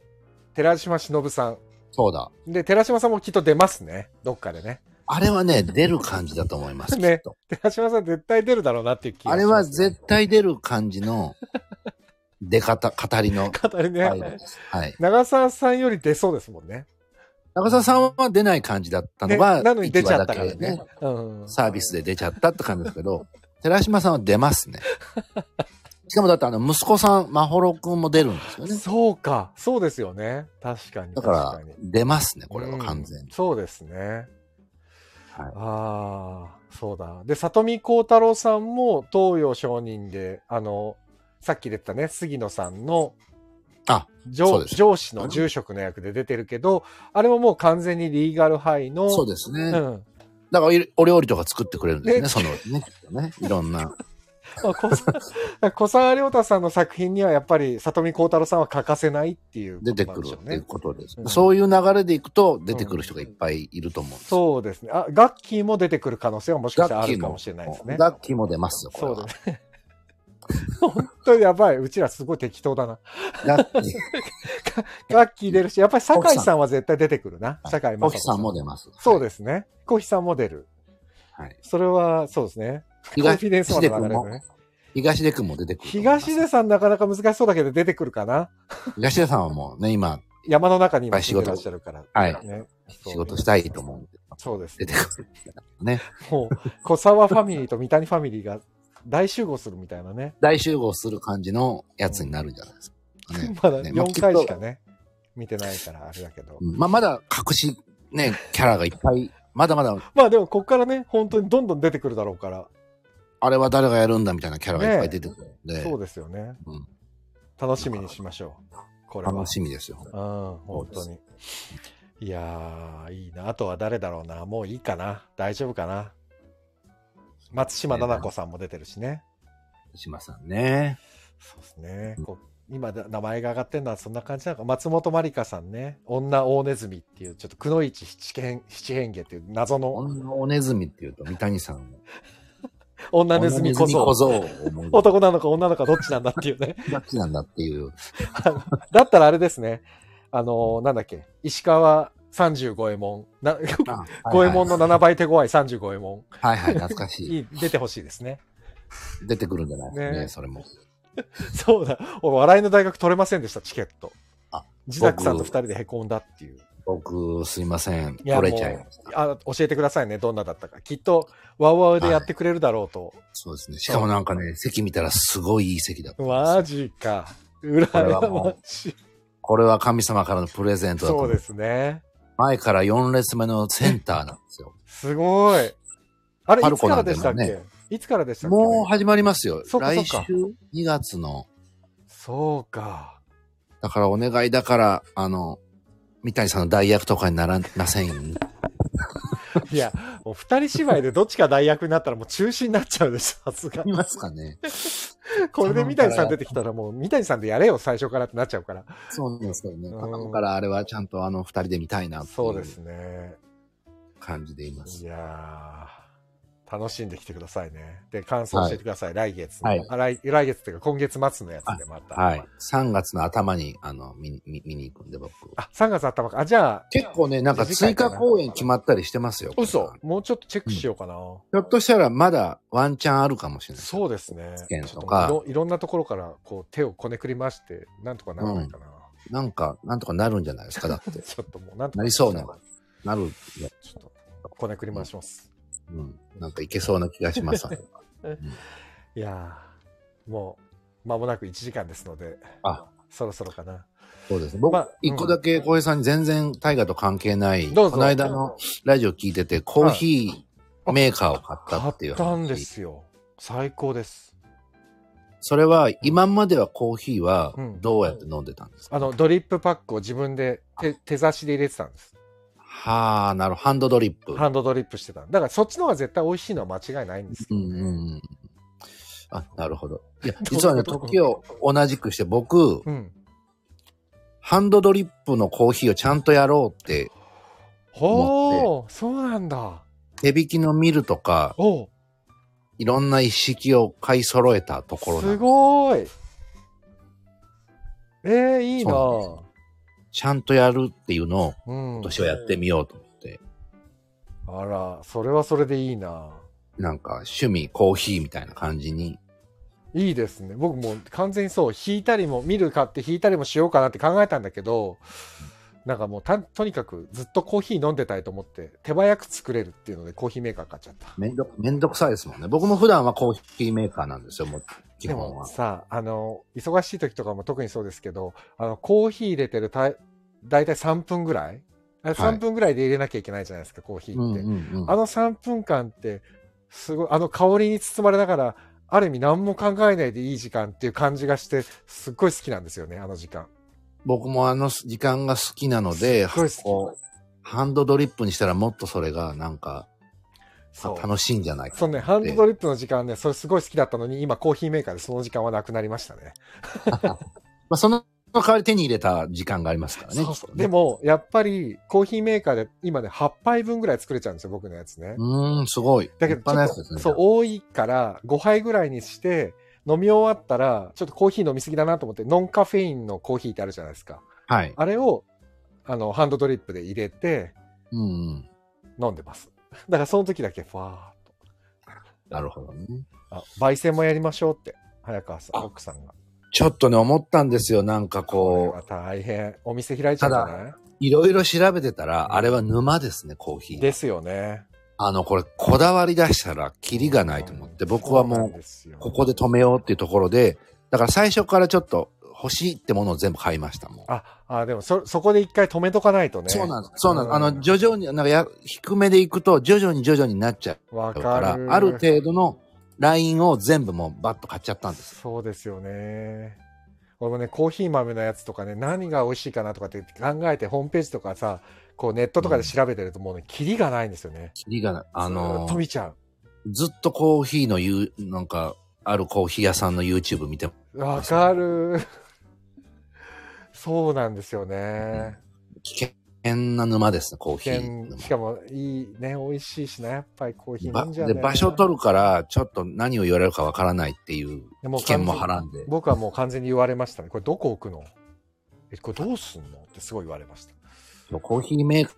寺島しのぶさん。
そうだ。
で、寺島さんもきっと出ますね。どっかでね。
あれはね、出る感じだと思います。
ね
きっと
寺島さん絶対出るだろうなっていう気が
あれ
しま
は
す
絶対出る感じの出方、語りの
語りね
態度です。はい。
長澤さんより出そうですもんね。
長澤さんは出ない感じだった
ね
のが、
なのに出ちゃった
一
か
話
ら
だけ
ね。うん。
サービスで出ちゃったって感じですけど、寺島さんは出ますね。しかもだってあの、息子さん、まほろくんも出るんですよね。
そうか。そうですよね。確かに。
だ
確
から
かに。、
出ますね、これ
う
は
ん
完全に。
そうですね。
はい
ああ、そうだ。で、里見光太郎さんも東洋商人で、あの、さっき出てたね、杉野さんの
あ、そう
上
です
上司の住職の役で出てるけど、あれももう完全にリーガルハイの、
そうですね。
うん
だからい、お料理とか作ってくれるんですね、
ね
そのね、きっとね。いろんな。
まあ小 [LAUGHS] 沢小沢亮太さんの作品にはやっぱり里見光太郎さんは欠かせないっていうこ
出
と
て
な
く
んで
る
しょ
っ
う
ていう
ね。
ことです。
うん
そういう流れでいくと、出てくる人がいっぱいいると思うんです。
そうですね。あ、ガッキーも出てくる可能性はもしかしたらあるかもしれないですね。
楽器も出ますよ、これ
そう
は
だ。ね。 [LAUGHS] 本当にやばい。うちらすごい適当だな。
楽器、
ガッキー出るし、やっぱり酒井さんは絶対出てくるな。
はい
酒井正
コヒ
人
さんも出ます。
そう
で
ですね。コヒさんも出る。
す。はい。
それは、そうですね。コン
東
フィデンスマン
出
の
く
流れ
ん
で
も
ね。、
東出くんも出てくると思います。
東出さんなかなか難しそうだけど出てくるかな。
東出さんはもうね、今、
山の中に今
はい仕
住ん
事
でらっしゃるから。
はい
ね、
仕事したいと思うんで、
そうです
出。てくる。ね。
もう、小沢ファミリーと三谷ファミリーが大集合するみたいなね。
[LAUGHS] 大集合する感じのやつになるんじゃないですかね。
[LAUGHS] まだ
ねまあ
4回し
き
か
っと
ね、見てないからあれだけど。
うんまあ、まだ隠し、ね、キャラがいっぱい、まだまだ、
まあでも、こっからね、本当にどんどん出てくるだろうから。
あれは誰がやるんだみたいなキャラがいっぱい出てくるんで、
そうですよね。
うん
楽しみにしましょう。これは。
楽しみですよ。
うん、本当に。いやー、いいな。あとは誰だろうな。もういいかな。大丈夫かな。松島奈々子さんも出てるしね。
島さんね。
そうですね。こう今で名前が上がってるのはそんな感じなのか。松本まりかさんね。女大ネズミっていう、ちょっとくのいち七変七変化っていう謎の
女おねずみっていうと、三谷さんも。
女ネズミこ
女
そ
小。僧を思い出す
男なのか女なのかどっちなんだっていうね。
どっちなんだっていう。
だったらあれですね。あのーなんだっけ。石川35右衛門。な
あ
五右衛門の7倍手強い35右衛門。
はいはい、懐かし
[LAUGHS] い
い。
い出てほしいです
[LAUGHS]
ね。
出てくるんじゃないですかね、
ね
それも。
そうだ。俺、笑いの大学取れませんでした、チケット。
あ
自宅さんと二人でへこんだっていう。
僕、すいません。
いや
取れちゃいました。
あ教えてくださいね、どんなだったか。きっと、ワウワウでやってくれるだろうと。
そうですね。しかもなんかね、席見たらすごいいい席だったんですよ。
マジか。羨
れはもう
ましい。
これは神様からのプレゼントだと
そ
思
う
う。
ですね。
前から4列目のセンターなんで
[LAUGHS]
すよ。
すごい。あれ、
パ
い
ル
つ
コ
か
な
ら
んだ
で
よね
したっけいつからでしたっけ
もう始まりますよ。
そっかそっ
来週
か
2月の、
そうか。
だからお願いだから、あの、三谷さんの代役とかにならませんように。
いや、もう二人芝居でどっちか代役になったらもう中止になっちゃうで
[LAUGHS]
しょ、さすが
い。ますか
[LAUGHS]
ね。
これで三谷さん出てきたらもう三谷さんでやれよ、最初からってなっちゃうから。
そうなんですけどね。
うん
頼むからあれはちゃんとあの二人で見たいなって
そう
い
です
う
ね。
感じでいます。
いやー、楽しんできてくださいね。で、感想してください。来月の、
はい
あ来。来月っていうか、今月末のやつでまた。
はい。3月の頭に、あの、見に、見見に行くんで、僕。
あ、3月頭か。あ、じゃあ、
結構ね、なんか追加公演決まったりしてますよ。これは
もうちょっとチェックしようかな。
ひょっとしたらまだワンチャンあるかもしれない。
そうですね。
試験と
ち
か
ょっといろいろんなところからこう手をこねくり回して、なんとかならないかな。。
なんか、なんとかなるんじゃないですか、だって
ちょっともう、なんとか
なりそうな。なる、
ちょっと、こねくり回します。
うん。なんかいけそうな気がし
[LAUGHS]
ます。
いやー、もう、間もなく1時間ですので、
あ
そろそろかな。
そうですね。僕
まあ、
一個だけ小平さんに全然大河と関係ない、
どうぞ
この間のラジオ聞いてて、コーヒーメーカーを買った
買
っていう
っ
話。
たんですよ。最高です。
それは、今まではコーヒーは
うん
どうやって飲んでたんですか、
あの、ドリップパックを自分で手手差しで入れてたんです。
はあ、なるほど。ハンドドリップ。
ハンドドリップしてた。だからそっちの方が絶対美味しいのは間違いないんですけ
う
ど
ん
ね。
うんうん。あ、なるほど。いや、
う
実はね、時を同じくして、僕、
うん。
ハンドドリップのコーヒーをちゃんとやろうって
ほう、そうなんだ。
手引きのミルとか、
おう
いろんな一式を買い揃えたところな
す
の
ごーい。えー、いいな
そちゃんとやるっていうのを
うん
今。年はやってみようと思って、
あら、それはそれでいいな
なんか趣味コーヒーみたいな感じに、
いいですね。僕もう完全にそう、引いたりも、見る買って引いたりもしようかなって考えたんだけど、なんかもうた、とにかくずっとコーヒー飲んでたいと思って、手早く作れるっていうのでコーヒーメーカー買っちゃった。
めんど、めんどくさいですもんね。僕も普段はコーヒーメーカーなんですよ、もう、基
で
本
も
は。
さ、あの、忙しい時とかも特にそうですけど、あの、コーヒー入れてるたい、だいたい3分ぐらいあれ
はい
?3 分ぐらいで入れなきゃいけないじゃないですか、コーヒーって。
うんうんうん
あの3分間って、すごい、あの香りに包まれながら、ある意味何も考えないでいい時間っていう感じがして、すっごい好きなんですよね、あの時間。
僕もあの時間が好きなので、
すごい好き
こうハンドドリップにしたらもっとそれがなんか
そう。
楽しいんじゃないか。
そうね、ハンドドリップの時間ね、それすごい好きだったのに、今コーヒーメーカーでその時間はなくなりましたね。
まあ、その代わり手に入れた時間がありますからね。
そうそ
き
う
っとね
で、も、やっぱりコーヒーメーカーで今ね、8杯分ぐらい作れちゃうんですよ、僕のやつね。
うーん、すごい。
だけど、
立派なやつで
ちょっ
す
と
ね。
そう、多いから、5杯ぐらいにして、飲み終わったら、ちょっとコーヒー飲みすぎだなと思って、ノンカフェインのコーヒーってあるじゃないですか。
はい。
あれを、あの、ハンドドリップで入れて、
うんうん。
飲んでます。だからその時だけ、ふわーっと。
なるほどね。
あ、焙煎もやりましょうって、早川さん、奥さんが。
ちょっとね、思ったんですよ。なんか
これ
こ
は大変。お店開いちゃうんじゃな
う、いろいろ調べてたら、あれは沼ですね、コーヒ
い
ー。
ですよね。
あの、これ、こだわり出したら、キリがないと思って、僕はもう、
う
ここで止めようっていうところで、だから最初からちょっと欲しいってものを全部買いましたもん。
あ、あ、でもそ、そこで一回止めとかないとね。
そうなんです。そうなんです。
う
あ
ん
の、徐々に、なんかや、低めでいくと、徐々に徐々になっちゃ
わ
うか、
からる。
ある程度のラインを全部もうバッと買っちゃったんです。
そうですよね。俺もね、コーヒー豆のやつとかね、何が美味しいかなとかって考えて、ホームページとかさ、こうネットとかで調べてるともうね、キリがないんですよね。
キリがない。あの
ずっと見ちゃう。
ずっとコーヒーの言う、なんか、あるコーヒー屋さんの YouTube 見ても、
わかる。 [LAUGHS] そうなんですよね。
危険な沼ですね、コーヒ
危
ーの
険、しかもいいね、美味しいしな、やっぱりコーヒー飲んじゃ
沼。
う、ね。
で、場所取るから、ちょっと何を言われるかわからないっていう
でも
危
う完
険
全
もはらんで。
僕はもう完全に言われましたね。これどこ置くのえ、これどうすんのってすごい言われました。
コーヒーメー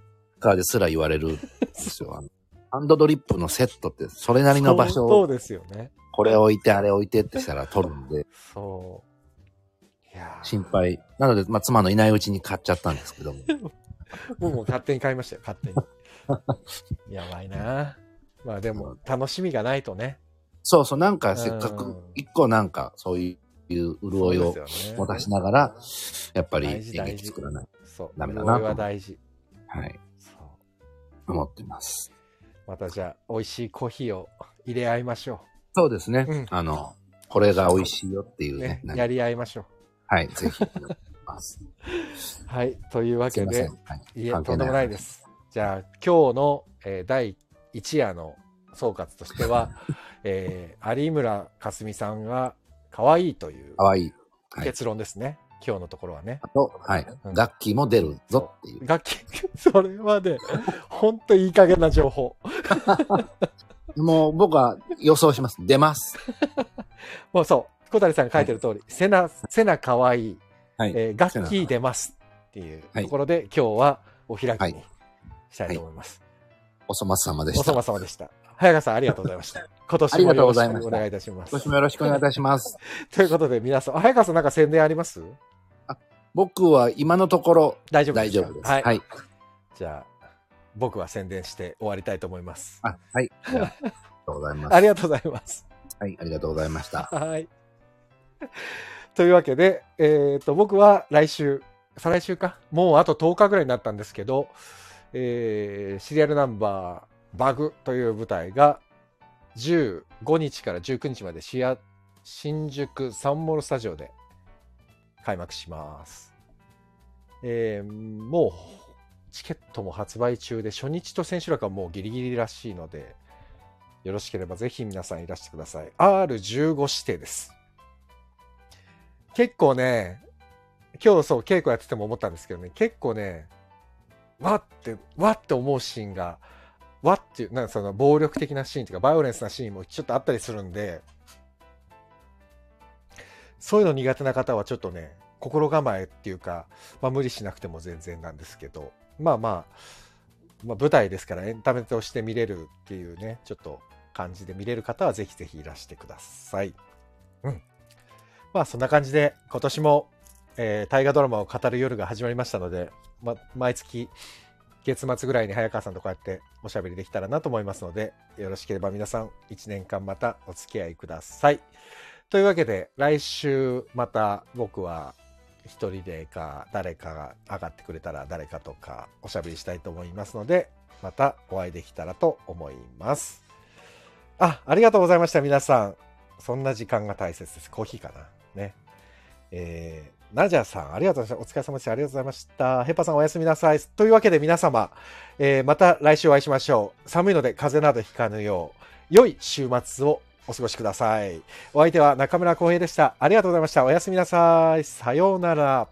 カーですら言われるんですよ。あのハンドドリップのセットって、それなりの場所
そ
を
うですよね。
これ置いて、あれ置いてってしたら取るんで、
そう。いやー
心配。なので、まあ、妻のいないうちに買っちゃったんですけども。
僕も勝手に買いましたよ、勝手に。
[LAUGHS]
やばいな。まあでも、楽しみがないとね。
そうそう、なんかせっか
う
く
ん、
一個なんか、そういう潤いを
そう
持た
です
し
よね
ながら、やっぱり
大事大
演
事
劇作らない。
そう。
ダメだな
潤いは大事。
はい。
そう。
思ってます。
またじゃあ、美味しいコーヒーを入れ合いましょ
そうですね。
うん
あの、これが美味しいよっていう
う。
ね
ね。。
何
やり合いましょ
はい、ぜひ。思って
[LAUGHS]
ます
う。はい。というわ
す
け
いませ
で
ん。は、い
いえ、
関係
とんでもないです。じゃあ、今日の、えー第一夜の総括として
[LAUGHS]
は、えー有村架純さんが可愛いという
かわいい。はい
結論ですね。今日のところはね。
あと、はい、
うん
楽器も出るぞっていう。
楽器、 [LAUGHS] それまで、ほんといい加減な情報。
もう僕は予想します。出ます。
もうそう、小谷さんが書いてる通り、セナ、セナかわいい、
はい
えー楽器出ますっていう
はい
ところで、今日はお開き
は
に
い
したいと思います。
おそ松様で
お
した。
そ
今
ば様でした。早川さんありがとうございました。今年
[LAUGHS] あり
も
がとう
よろ
ご
し
ざいまし
く
た
お願いいたします。
年もよろしくお願いいたします。
ということで皆さん、あ早川さんなんか宣伝あります
僕は今のところ
大丈夫で
大
す
丈
か
夫です。
はい。
はい。
じゃあ、僕は宣伝して終わりたいと思います。
あ
[LAUGHS]
はい。じゃあありがとうございます。
ありがとうございます。
はい、ありがとうございました。
はい。というわけで、えっと僕は来週、再来週か、もうあと10日ぐらいになったんですけど、えーシリアルナンバーバグという舞台が15日から19日までシア新宿サンモールスタジオで開幕します。えーもうチケットも発売中で初日と千秋楽はもうギリギリらしいので、よろしければぜひ皆さんいらしてください。R15 指定です。結構ね、今日そう稽古やってても思ったんですけどね、結構ね、わって、わって思うシーンが、わっていう、なんかその暴力的なシーンというか、バイオレンスなシーンもちょっとあったりするんで、そういうの苦手な方はちょっとね、心構えっていうか、まあ無理しなくても全然なんですけど、まあまあ、まあ舞台ですからエンタメとして見れるっていうね、ちょっと感じで見れる方はぜひぜひいらしてください。うん。まあそんな感じで今年も、えー大河ドラマを語る夜が始まりましたので、ま、毎月月末ぐらいに早川さんとこうやっておしゃべりできたらなと思いますので、よろしければ皆さん1年間またお付き合いください。というわけで、来週また僕は一人でか誰かが上がってくれたら誰かとかおしゃべりしたいと思いますので、またお会いできたらと思います。あ、ありがとうございました、皆さん。そんな時間が大切です。コーヒーかな。ね。えー、ナジャさん、ありがとうございました。お疲れ様でした。ありがとうございました。ヘパさん、おやすみなさい。というわけで皆様、えーまた来週お会いしましょう。寒いので風邪などひかぬよう、良い週末をお過ごしください。お相手は中村浩平でした。ありがとうございました。おやすみなさい。さようなら。